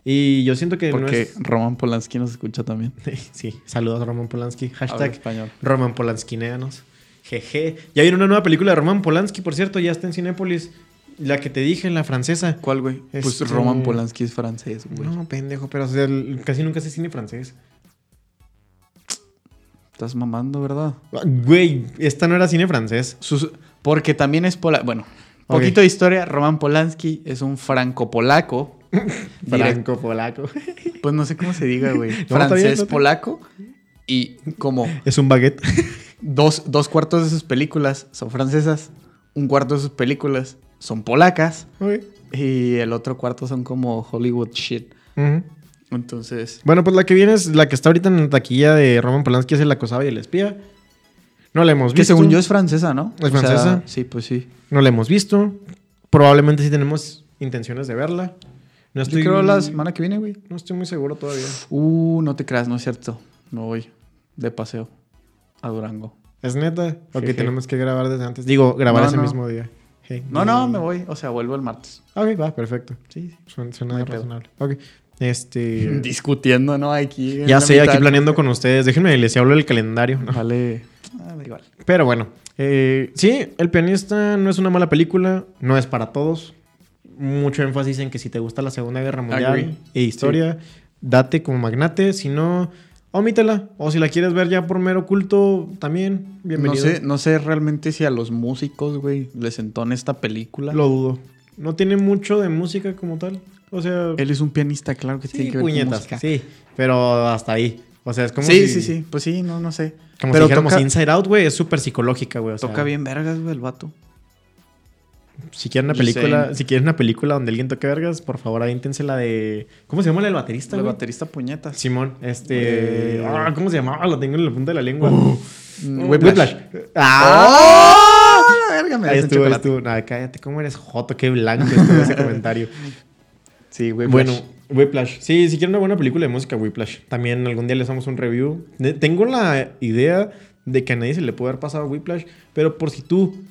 Y yo siento que no Porque es... Roman Polanski nos escucha también. Sí, saludos Roman Polanski. Habla Hashtag español. Roman Polanskineanos. Jeje. Ya viene una nueva película de Roman Polanski, por cierto, ya está en Cinépolis. La que te dije, la francesa. ¿Cuál, güey? Pues Este- Roman Polanski es francés, güey. No, pendejo, pero o sea, el- casi nunca sé cine francés. Estás mamando, ¿verdad? Ah, Güey, esta no era cine francés. Sus- Porque también es polaco. Bueno, Ok. poquito de historia. Roman Polanski es un franco-polaco. Direct- Franco polaco. Pues no sé cómo se diga, güey. está bien, está bien. Francés-polaco. Y como Es un baguette. dos, dos cuartos de sus películas son francesas, un cuarto de sus películas son polacas Ok. y el otro cuarto son como Hollywood shit. Ujú. Entonces, Bueno, pues la que viene es la que está ahorita en la taquilla de Roman Polanski, es el acosado y el espía. No la hemos visto. que según yo es francesa, ¿no? ¿Es francesa? sí, pues sí. No la hemos visto. Probablemente sí tenemos intenciones de verla. No estoy, Yo creo la semana que viene, güey. no estoy muy seguro todavía. Uh, no te creas, no es cierto. Me voy de paseo a Durango. ¿Es neta? Ok, Jeje. tenemos que grabar desde antes. Digo, grabar No, ese no. mismo día. Hey, No, no, y- me voy. O sea, vuelvo el martes. Ok, va, perfecto. Sí. Suena, suena hay pedo. razonable. Ok. Este. Discutiendo, ¿no? Aquí. en ya la sé, aquí mitad. planeando con ustedes. Déjenme, les hablo del calendario. ¿no? Vale. Ah, da igual. Pero bueno, eh, sí, El pianista no es una mala película, no es para todos. Mucho énfasis en que si te gusta la Segunda Guerra Mundial Agree. e historia, date como magnate, si no, omítela. O si la quieres ver ya por mero culto, también, No bienvenido. sé, no sé realmente si a los músicos, güey, les entona esta película. Lo dudo. No tiene mucho de música como tal. O sea, Él es un pianista, claro que sí, tiene que ver con puñetas, música. sí, pero hasta ahí. O sea, es como si- sí, sí, sí. Pues sí, no, no sé. Como Pero si dijéramos toca- Inside Out, güey, es súper psicológica, güey. o sea, Toca bien vergas, güey, el vato. Si quieren una Just película, saying. si quieren una película donde alguien toque vergas, por favor, aviéntense la de ¿Cómo se llama la del baterista? El güey? baterista puñetas. Simón, este, Eh. ah, ¿cómo se llamaba? Lo tengo en la punta de la lengua. Mm, Whiplash. Ah, ¡Ah! Verga, me ahí das un estuvo, ahí chocolate. estuvo. Nada, cállate, cómo eres joto, qué blanco estuvo ese comentario. Sí, güey. Bueno, Whiplash. Whiplash. Sí, si quieren una buena película de música, Whiplash. También algún día les damos un review. Ne- Tengo la idea de que a nadie se le puede haber pasado Whiplash, pero por si tú,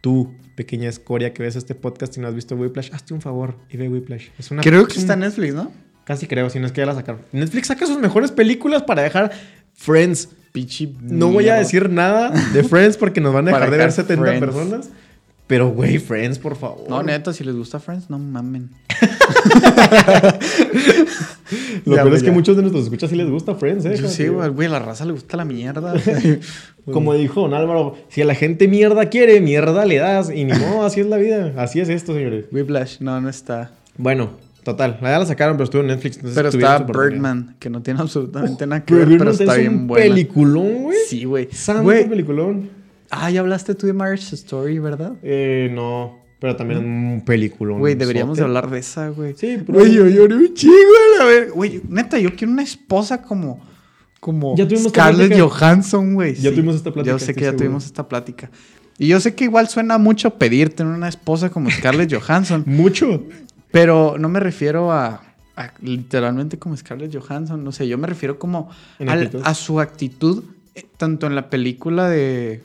tú, pequeña escoria que ves este podcast y no has visto Whiplash, hazte un favor y ve Whiplash. Es una Creo es que un- está en Netflix, ¿no? Casi creo, si no es que ya la sacaron. Netflix saca sus mejores películas para dejar Friends. Pichi. No voy a decir nada de Friends porque nos van a Para dejar de ver dejar 70 Friends. personas. Pero, güey, Friends, por favor. No, neta, si les gusta Friends, no mamen. Lo peor Ya, güey, es que ya. muchos de nuestros escuchas sí les gusta Friends, ¿eh? Yo sí, güey, güey, a la raza le gusta la mierda. Como dijo don Álvaro, si a la gente mierda quiere, mierda le das. Y ni modo, así es la vida. Así es esto, señores. Whiplash, no, no está. Bueno, total. La ya la sacaron, pero estuvo en Netflix. entonces Pero tuvieron está su oportunidad. Birdman, que no tiene absolutamente nada que ver, Birdman pero está es bien un buena. peliculón, güey. Sí, güey. Santo Güey, peliculón. Ah, ya hablaste tú de Marriage Story, ¿verdad? Eh, no. Pero también es un peliculón. Güey, deberíamos de sote. hablar de esa, güey. Sí, pero- Güey, yo lloré un chingo, a la ver. Güey, neta, yo quiero una esposa como. Como Ya tuvimos esta Scarlett plática. Johansson, güey. Ya tuvimos esta plática, Yo sé que estoy ya seguro. tuvimos esta plática. Y yo sé que igual suena mucho pedir tener una esposa como Scarlett Johansson. Mucho. Pero no me refiero a, a literalmente como Scarlett Johansson, no sé, yo me refiero como En al- actitud. a su actitud, eh, tanto en la película de,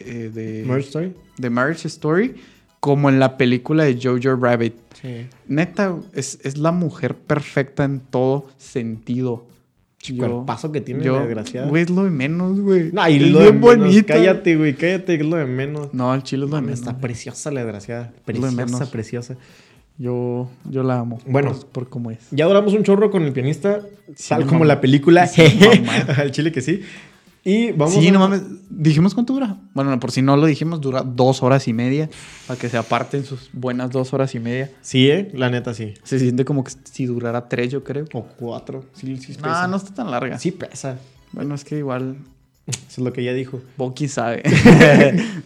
eh, de, Marriage Story. de Marriage Story como en la película de Jojo Rabbit. Sí. Neta, es, es la mujer perfecta en todo sentido. el paso que tiene, la desgraciada. Güey, es lo de menos, güey. No, y Es lo de bien menos. bonita. Cállate, güey, cállate, que es lo de menos. No, el chile es lo de Mames, menos. está preciosa la desgraciada. Lo de Preciosa, menos. preciosa. Yo, yo la amo. Bueno. Por, por cómo es. Ya duramos un chorro con el pianista, Sí, tal no como mames. la película. Sí, no mames. Al chile que sí. Y vamos sí, a- no mames. ¿Dijimos cuánto dura? Bueno, por si no lo dijimos, dura dos horas y media. Para que se aparten sus buenas dos horas y media. Sí, eh, la neta sí. Se siente como que si durara tres, yo creo. O cuatro. Sí, sí No, pesa. no está tan larga. Sí pesa. Bueno, es que igual Eso es lo que ella dijo. Boki sabe.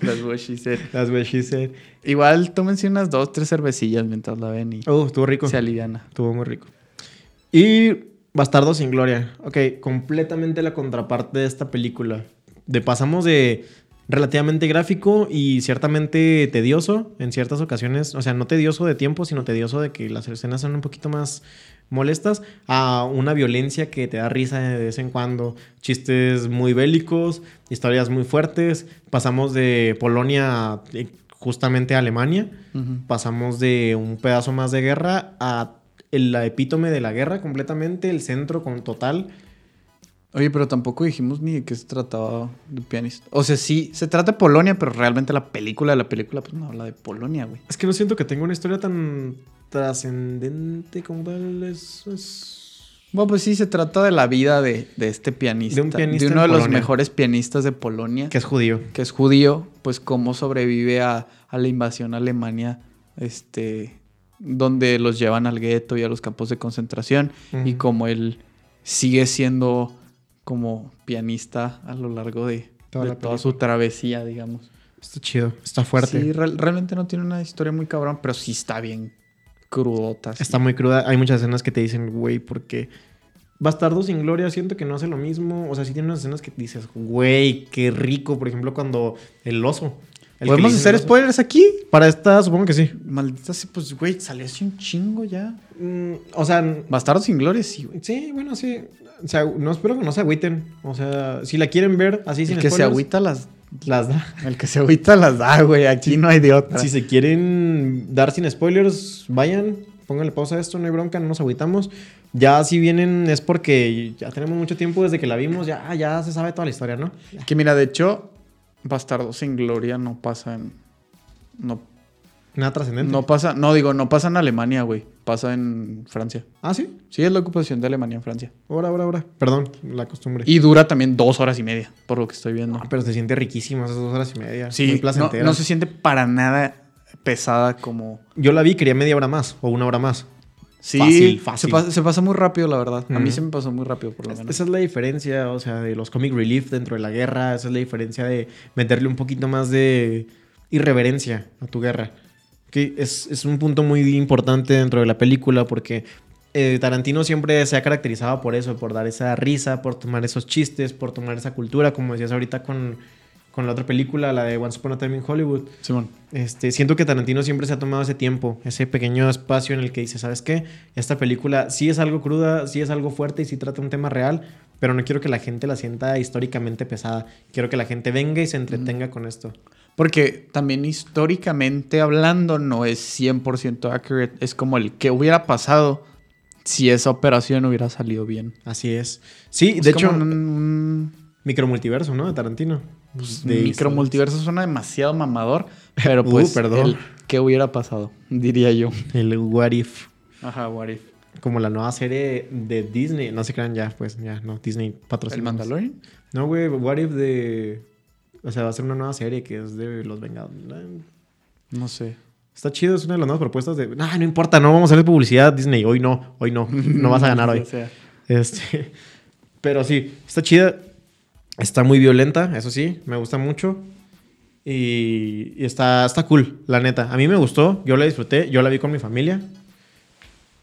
Las Las what she said. Igual tómense unas dos, tres cervecillas mientras la ven y Oh, estuvo rico. se aliviana. Estuvo muy rico. Y Bastardo sin Gloria. Ok, completamente la contraparte de esta película. De pasamos de relativamente gráfico y ciertamente tedioso en ciertas ocasiones. O sea, no tedioso de tiempo, sino tedioso de que las escenas son un poquito más molestas a una violencia que te da risa de vez en cuando. Chistes muy bélicos, historias muy fuertes. Pasamos de Polonia a, eh, justamente a Alemania pasamos de un pedazo más de guerra a el la epítome de la guerra completamente, el centro con total. Oye, pero tampoco dijimos ni de qué se trataba de pianista. O sea, sí, se trata de Polonia, pero realmente la película de la película pues no habla de Polonia, güey. Es que no siento que tenga una historia tan trascendente como tal. Es, es- Bueno, pues sí, se trata de la vida de, de este pianista. De un pianista De uno en de los Polonia. mejores pianistas de Polonia, Que es judío. que es judío, pues cómo sobrevive a, a la invasión a Alemania, este, donde los llevan al gueto y a los campos de concentración, y Ujú. cómo él sigue siendo como pianista a lo largo de, Toda de la toda su travesía, digamos. Está chido, está fuerte. Sí, real- realmente no tiene una historia muy cabrón, pero sí está bien crudota. así. Está muy cruda. Hay muchas escenas que te dicen, güey, porque Bastardo sin Gloria siento que no hace lo mismo. O sea, sí tiene unas escenas que dices, güey, qué rico. Por ejemplo, cuando el oso. el que ¿Podemos le dicen hacer el oso. spoilers aquí? Para esta, supongo que sí. Maldita sea, pues, güey, salió hace un chingo ya. Mm, o sea, Bastardo sin gloria, sí, güey. Sí, bueno, sí. O sea, no espero que no se agüiten. O sea, si la quieren ver así sin El que se spoilers, agüita las. las da. El que se agüita las da, güey. Aquí no hay de otra. Si se quieren dar sin spoilers, vayan, pónganle pausa a esto, no hay bronca, no nos agüitamos. Ya si vienen es porque ya tenemos mucho tiempo desde que la vimos, ya, ya se sabe toda la historia, ¿no? Que mira, de hecho, Bastardo sin gloria no pasa en. No, Nada trascendente. no pasa. No, digo, no pasa en Alemania, güey. Pasa en Francia. Ah, sí. Sí, es la ocupación de Alemania en Francia. Ahora, ahora, ahora. Perdón, la costumbre. Y dura también dos horas y media, por lo que estoy viendo. Ah, pero se siente riquísima esas dos horas y media. Sí, muy no- placentera. No, se siente para nada pesada como. Yo la vi, quería media hora más o una hora más. Sí, Fácil, fácil. Se, pasa, se pasa muy rápido, la verdad. A Ujú. mí se me pasó muy rápido, por lo menos. Esa es la diferencia, o sea, de los comic relief dentro de la guerra. Esa es la diferencia de meterle un poquito más de irreverencia a tu guerra. Que es, es un punto muy importante dentro de la película porque eh, Tarantino siempre se ha caracterizado por eso, por dar esa risa, por tomar esos chistes, por tomar esa cultura, como decías ahorita con, con la otra película, la de Once Upon a Time in Hollywood. Simón. Este, siento que Tarantino siempre se ha tomado ese tiempo, ese pequeño espacio en el que dice, ¿sabes qué? Esta película sí es algo cruda, sí es algo fuerte y sí trata un tema real, pero no quiero que la gente la sienta históricamente pesada. Quiero que la gente venga y se entretenga con esto. Porque también históricamente hablando no es 100% accurate. Es como el que hubiera pasado si esa operación hubiera salido bien. Así es. Sí, Es de como hecho, un, un- micromultiverso, ¿no? De Tarantino. pues, De- micromultiverso suena demasiado mamador, pero Uh, pues perdón. el que hubiera pasado, diría yo. El What If. Ajá, what if. Como la nueva serie de Disney. No se crean ya, pues, ya, no. Disney ¿El patrocina. Mandalorian? No, güey, What If de... O sea, va a ser una nueva serie que es de Los Vengadores. No sé. Está chido, es una de las nuevas propuestas de. No, no importa, no vamos a hacer publicidad Disney. Hoy no, hoy no. No vas a ganar hoy. O sea, Este, pero sí, está chida. Está muy violenta, eso sí, me gusta mucho. Y, y está, está cool, la neta. A mí me gustó, yo la disfruté, yo la vi con mi familia.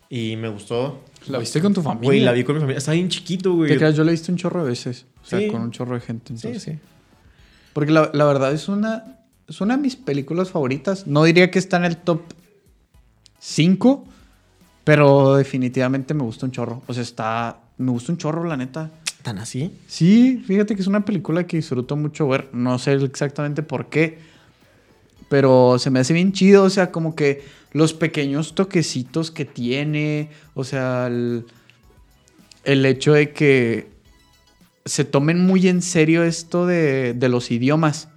Y me gustó. ¿La viste con tu familia? Güey, la vi con mi familia. Está bien chiquito, ¿Te güey. creas? Yo la he visto un chorro de veces. O sea, Sí. con un chorro de gente. Sí, entonces. sí. Porque la, la verdad es una, es una de mis películas favoritas. No diría que está en el top 5, pero definitivamente me gusta un chorro. O sea, está. Me gusta un chorro, la neta. ¿Tan así? Sí, fíjate que es una película que disfruto mucho ver. No sé exactamente por qué. Pero se me hace bien chido. O sea, como que los pequeños toquecitos que tiene. O sea, el, el hecho de que se tomen muy en serio esto de, de los idiomas.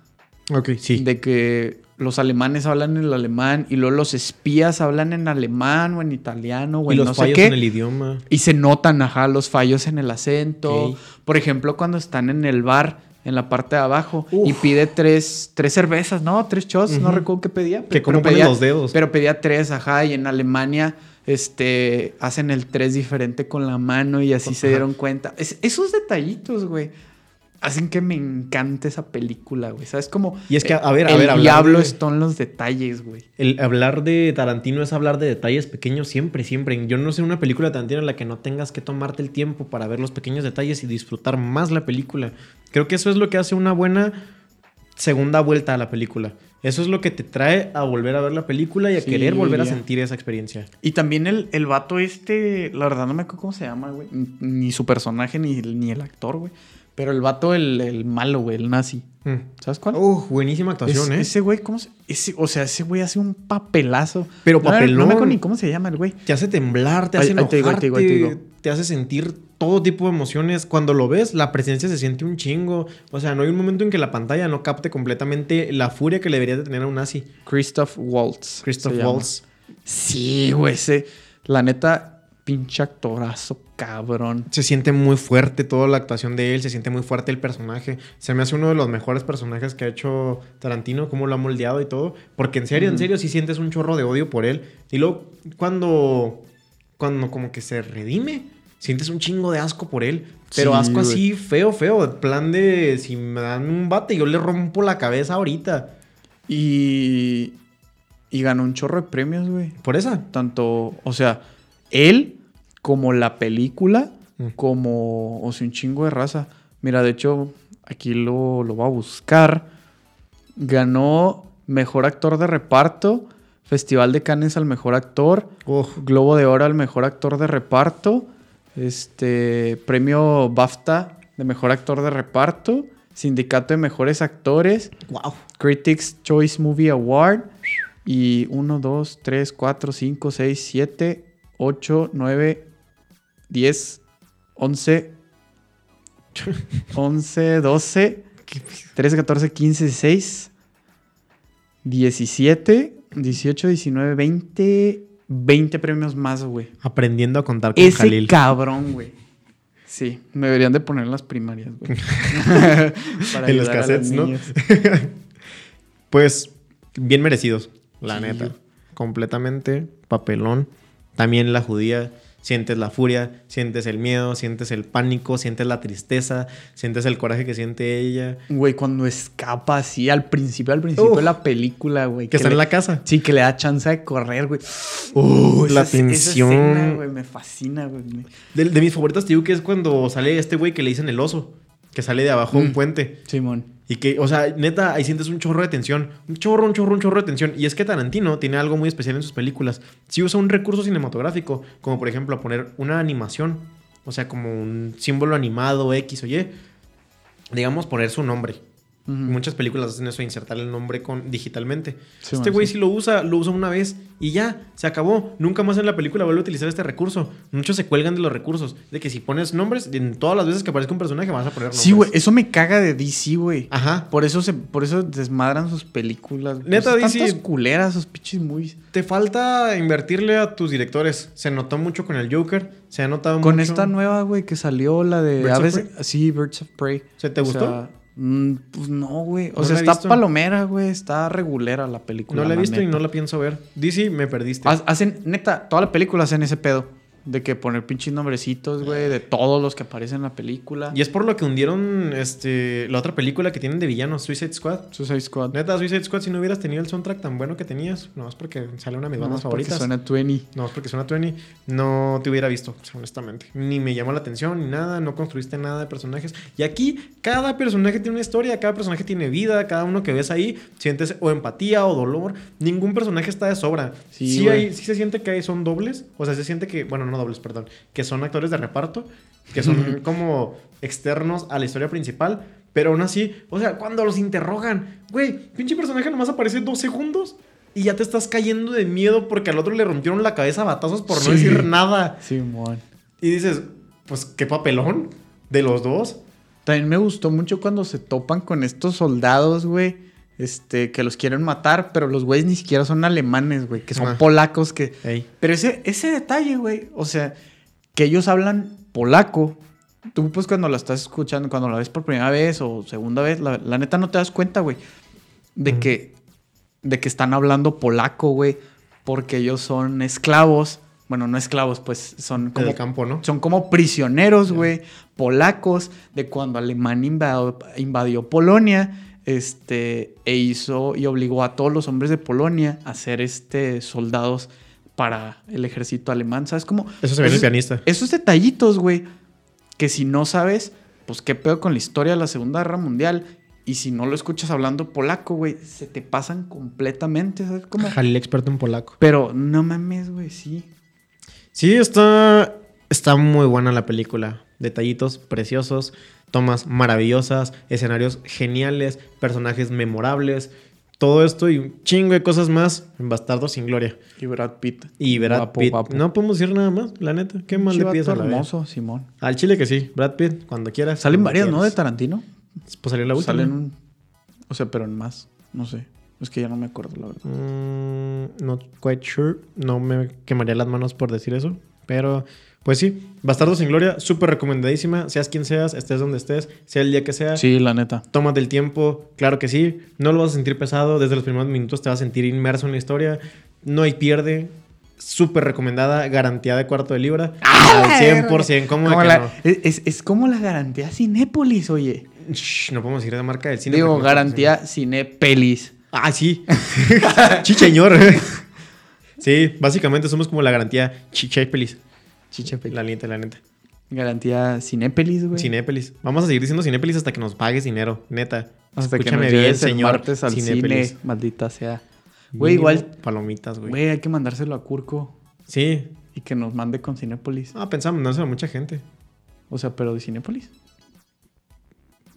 Ok, sí. De que los alemanes hablan el alemán y luego los espías hablan en alemán o en italiano o y en los no sé fallos qué. en el idioma. Y se notan, ajá, los fallos en el acento. Ok. Por ejemplo, cuando están en el bar, en la parte de abajo, y pide tres, tres cervezas, ¿no? Tres shots, no recuerdo qué pedía. Que cómo ponen pedía, los dedos. Pero pedía tres, ajá, y en Alemania este, hacen el tres diferente con la mano y así se dieron cuenta. Es- esos detallitos, güey. Hacen que me encante esa película, güey. ¿Sabes cómo? Y es que, a ver, a el ver, hablar diablo de- está en los detalles, güey. El hablar de Tarantino es hablar de detalles pequeños siempre, siempre. Yo no sé una película de Tarantino en la que no tengas que tomarte el tiempo para ver los pequeños detalles y disfrutar más la película. Creo que eso es lo que hace una buena segunda vuelta a la película. Eso es lo que te trae a volver a ver la película y a Sí, querer volver a ya. sentir esa experiencia. Y también el, el vato este, la verdad no me acuerdo cómo se llama, güey. N- Ni su personaje, ni, el- ni el actor, güey. Pero el vato, el, el malo, güey, el nazi. ¿Sabes cuál? Uh, buenísima actuación, Es- ¿eh? Ese güey, ¿cómo se...? ese- o sea, ese güey hace un papelazo. Pero No, No, papelón. me acuerdo ni cómo se llama el güey. Te hace temblar, te hace Ahí- ahí te digo, ahí enojarte, te te, digo, ahí te digo. hace sentir todo tipo de emociones. Cuando lo ves, la presencia se siente un chingo. O sea, no hay un momento en que la pantalla no capte completamente la furia que le debería de tener a un nazi. Christoph Waltz. Christoph se llama. Waltz. Sí, güey, ese... La neta, pinche actorazo, cabrón. Se siente muy fuerte toda la actuación de él, se siente muy fuerte el personaje. Se me hace uno de los mejores personajes que ha hecho Tarantino, cómo lo ha moldeado y todo. Porque en serio, en serio, sí sientes un chorro de odio por él. Y luego, cuando, cuando como que se redime, sientes un chingo de asco por él. Pero Sí, asco güey. así feo, feo. En plan de, si me dan un bate, yo le rompo la cabeza ahorita. Y... Y ganó un chorro de premios, güey. Por esa. tanto, o sea, él como la película, Mm. como, o sea, un chingo de raza. Mira, de hecho, aquí lo, lo va a buscar. Ganó Mejor Actor de Reparto, Festival de Cannes al Mejor Actor, Globo de Oro al Mejor Actor de Reparto, este, Premio BAFTA de Mejor Actor de Reparto, Sindicato de Mejores Actores, Wow. Critics Choice Movie Award. Y 1, 2, 3, 4, 5, 6, 7, 8, 9, 10, 11, 11, 12, 13, 14, 15, 16, 17, 18, 19, 20, 20 premios más, güey. Aprendiendo a contar con Ese Jalil. cabrón, güey. Sí, me deberían de poner en las primarias, güey. En Para los ayudar a los cassettes, ¿no? niños. Pues bien merecidos, la Sí. neta. Completamente papelón. También la judía. Sientes la furia, sientes el miedo, sientes el pánico, sientes la tristeza, sientes el coraje que siente ella. Güey, cuando escapa así al principio, al principio Uf. de la película, güey. Que, está le- en la casa. Sí, que le da chance de correr, güey. Uh, Esa- la esa tensión. escena, güey, me fascina, güey. me- de, de mis favoritas, te digo que es cuando sale este güey que le dicen el oso, que sale de abajo de un Mm. puente. Simón. Y que, o sea, neta, ahí sientes un chorro de tensión. Un chorro, un chorro, un chorro de tensión. Y es que Tarantino tiene algo muy especial en sus películas. Si usa un recurso cinematográfico, como por ejemplo poner una animación, o sea, como un símbolo animado X o Y, digamos, poner su nombre. Ujú. Muchas películas hacen eso, insertar el nombre con, digitalmente. Sí, este man, güey sí. si lo usa, lo usa una vez y ya, se acabó. Nunca más en la película vuelve a utilizar este recurso. Muchos se cuelgan de los recursos. De que si pones nombres, en todas las veces que aparezca un personaje vas a poner nombres. Sí, güey, eso me caga de DC, güey. Ajá. Por eso se, por eso desmadran sus películas. güey. Neta, Sus DC. Tantas culeras, sus pinches movies. Te falta invertirle a tus directores. Se notó mucho con el Joker. Se ha notado Con mucho. esta nueva, güey, que salió, la de Birds of Aves- Prey. Sí, Birds of Prey. ¿Se te O gustó? sea, mm, pues no, güey. O No sea, la he está visto. palomera, güey. Está regulera la película. No la he visto y neta. Ah, no la pienso ver. DC, me perdiste. Ha- Hacen, neta, toda la película hacen ese pedo. De que poner pinches nombrecitos, güey, de todos los que aparecen en la película. Y es por lo que hundieron este, la otra película que tienen de villanos, Suicide Squad. Suicide Squad. Neta, Suicide Squad, si no hubieras tenido el soundtrack tan bueno que tenías, nomás porque sale una de mis bandas Nomás porque favoritas. suena 20. No, es porque suena 20. No te hubiera visto, honestamente. Ni me llamó la atención, ni nada. No construiste nada de personajes. Y aquí, cada personaje tiene una historia, cada personaje tiene vida. Cada uno que ves ahí, sientes o empatía o dolor. Ningún personaje está de sobra. Sí, Sí, güey. hay- sí se siente que hay- son dobles. O sea, se siente que, bueno, no dobles, perdón. Que son actores de reparto, que son como externos a la historia principal. Pero aún así, o sea, cuando los interrogan, güey, pinche personaje nomás aparece dos segundos y ya te estás cayendo de miedo porque al otro le rompieron la cabeza a batazos por Sí. no decir nada. Simón. Y dices, pues qué papelón de los dos. También me gustó mucho cuando se topan con estos soldados, güey. Este, que los quieren matar, pero los güeyes ni siquiera son alemanes, güey, que son polacos que... Ey. Pero ese, ese detalle, güey, o sea, que ellos hablan polaco. Tú, pues, cuando la estás escuchando, cuando la ves por primera vez o segunda vez, la, la neta no te das cuenta, güey, de, que, de que están hablando polaco, güey, porque ellos son esclavos. Bueno, no esclavos, pues son En como el campo, ¿no? son como prisioneros, güey, polacos, de cuando Alemania invadió, invadió Polonia, este, e hizo y obligó a todos los hombres de Polonia a ser, este, soldados para el ejército alemán, ¿sabes? Como Eso se ve en el esos- pianista. Esos detallitos, güey, que si no sabes, pues qué pedo con la historia de la Segunda Guerra Mundial, y si no lo escuchas hablando polaco, güey, se te pasan completamente, ¿sabes? Como... Jalil experto en polaco. Pero no mames, güey, sí. Sí, está, está muy buena la película. Detallitos preciosos, tomas maravillosas, escenarios geniales, personajes memorables. Todo esto y un chingo de cosas más en Bastardo sin Gloria. Y Brad Pitt. Y Brad Guapo, Pitt. guapo. No podemos decir nada más, la neta. Qué mal le Chivato pides a la vez. hermoso, Simón. Al chile que sí. Brad Pitt, cuando quieras. Salen cuando varias, ¿no? De quieras. Tarantino. Pues salió la última. Salen un. O sea, pero en más. No sé. Es que ya no me acuerdo, la verdad. Mm, not quite sure. No me quemaría las manos por decir eso. Pero, pues sí. Bastardo sin Gloria, súper recomendadísima. Seas quien seas, estés donde estés, sea el día que sea. Sí, la neta. Tómate el tiempo, claro que sí. No lo vas a sentir pesado. Desde los primeros minutos te vas a sentir inmerso en la historia. No hay pierde. Súper recomendada, garantía de cuarto de libra. al 100%. ¿Cómo de ¡Ah! Como que la- no? es, es como la garantía Cinépolis, oye. Shh, no podemos ir de marca del cine. Digo, porque no garantía Cinépelis. estamos en- Ah, sí. Chicheñor. sí, básicamente somos como la garantía Chichepelis. Chichepelis. La neta, la neta. Garantía Cinépelis, güey. Cinépelis. Vamos a seguir diciendo Cinépelis hasta que nos pagues dinero, neta. Hasta que Escúchame nos bien, lleves el señor martes al Cinépelis. cine. Maldita sea. Güey, igual. Mínimo Palomitas, güey. Güey, hay que mandárselo a Curco Sí. y que nos mande con Cinépolis. Ah, pensamos, no a mucha gente. O sea, pero de Cinépolis.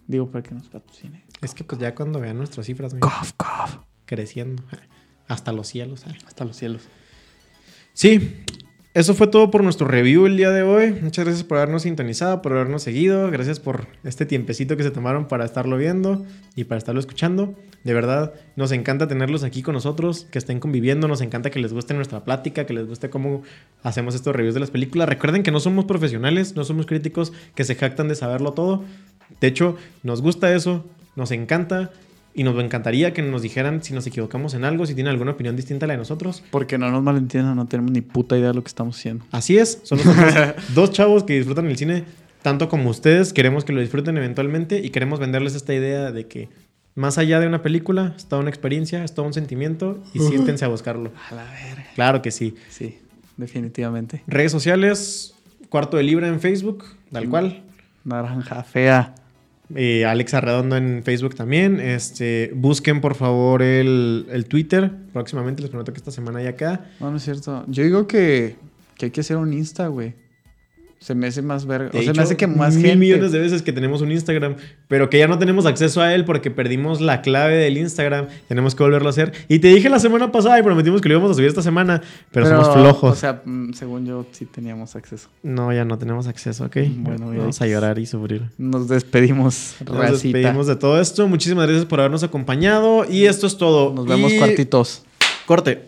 Digo, para que nos patrocine. Es que pues ya cuando vean nuestras cifras, güey, Cof, cof. creciendo. Hasta los cielos. ah. Hasta los cielos. Sí, eso fue todo por nuestro review el día de hoy. Muchas gracias por habernos sintonizado, por habernos seguido. Gracias por este tiempecito que se tomaron para estarlo viendo y para estarlo escuchando. De verdad, nos encanta tenerlos aquí con nosotros, que estén conviviendo. Nos encanta que les guste nuestra plática, que les guste cómo hacemos estos reviews de las películas. Recuerden que no somos profesionales, no somos críticos que se jactan de saberlo todo. De hecho, nos gusta eso, nos encanta. Y nos encantaría que nos dijeran si nos equivocamos en algo, si tienen alguna opinión distinta a la de nosotros. Porque no nos malentiendan, no tenemos ni puta idea de lo que estamos haciendo. Así es, solo somos dos chavos que disfrutan el cine tanto como ustedes. Queremos que lo disfruten eventualmente y queremos venderles esta idea de que más allá de una película, está una experiencia, está un sentimiento y siéntense a buscarlo. A la verga. Claro que sí. Sí, definitivamente. Redes sociales, Cuarto de Libra en Facebook, tal cual. Naranja fea. Eh, Alex Arredondo en Facebook también. Este, busquen por favor el, el Twitter. Próximamente les prometo que esta semana ya acá. No, no es cierto. Yo digo que, que hay que hacer un Insta, güey. Se me hace más verga. De o sea, me hecho, hace que más mil gente. millones de veces que tenemos un Instagram, pero que ya no tenemos acceso a él porque perdimos la clave del Instagram. Tenemos que volverlo a hacer. Y te dije la semana pasada y prometimos que lo íbamos a subir esta semana, pero, somos flojos. O sea, mm, según yo, sí teníamos acceso. no, ya no tenemos acceso, ¿ok? Bueno, ya. vamos a llorar y sufrir. Nos despedimos, Nos racita. despedimos de todo esto. Muchísimas gracias por habernos acompañado y esto es todo. Nos vemos Y- cuartitos. Corte.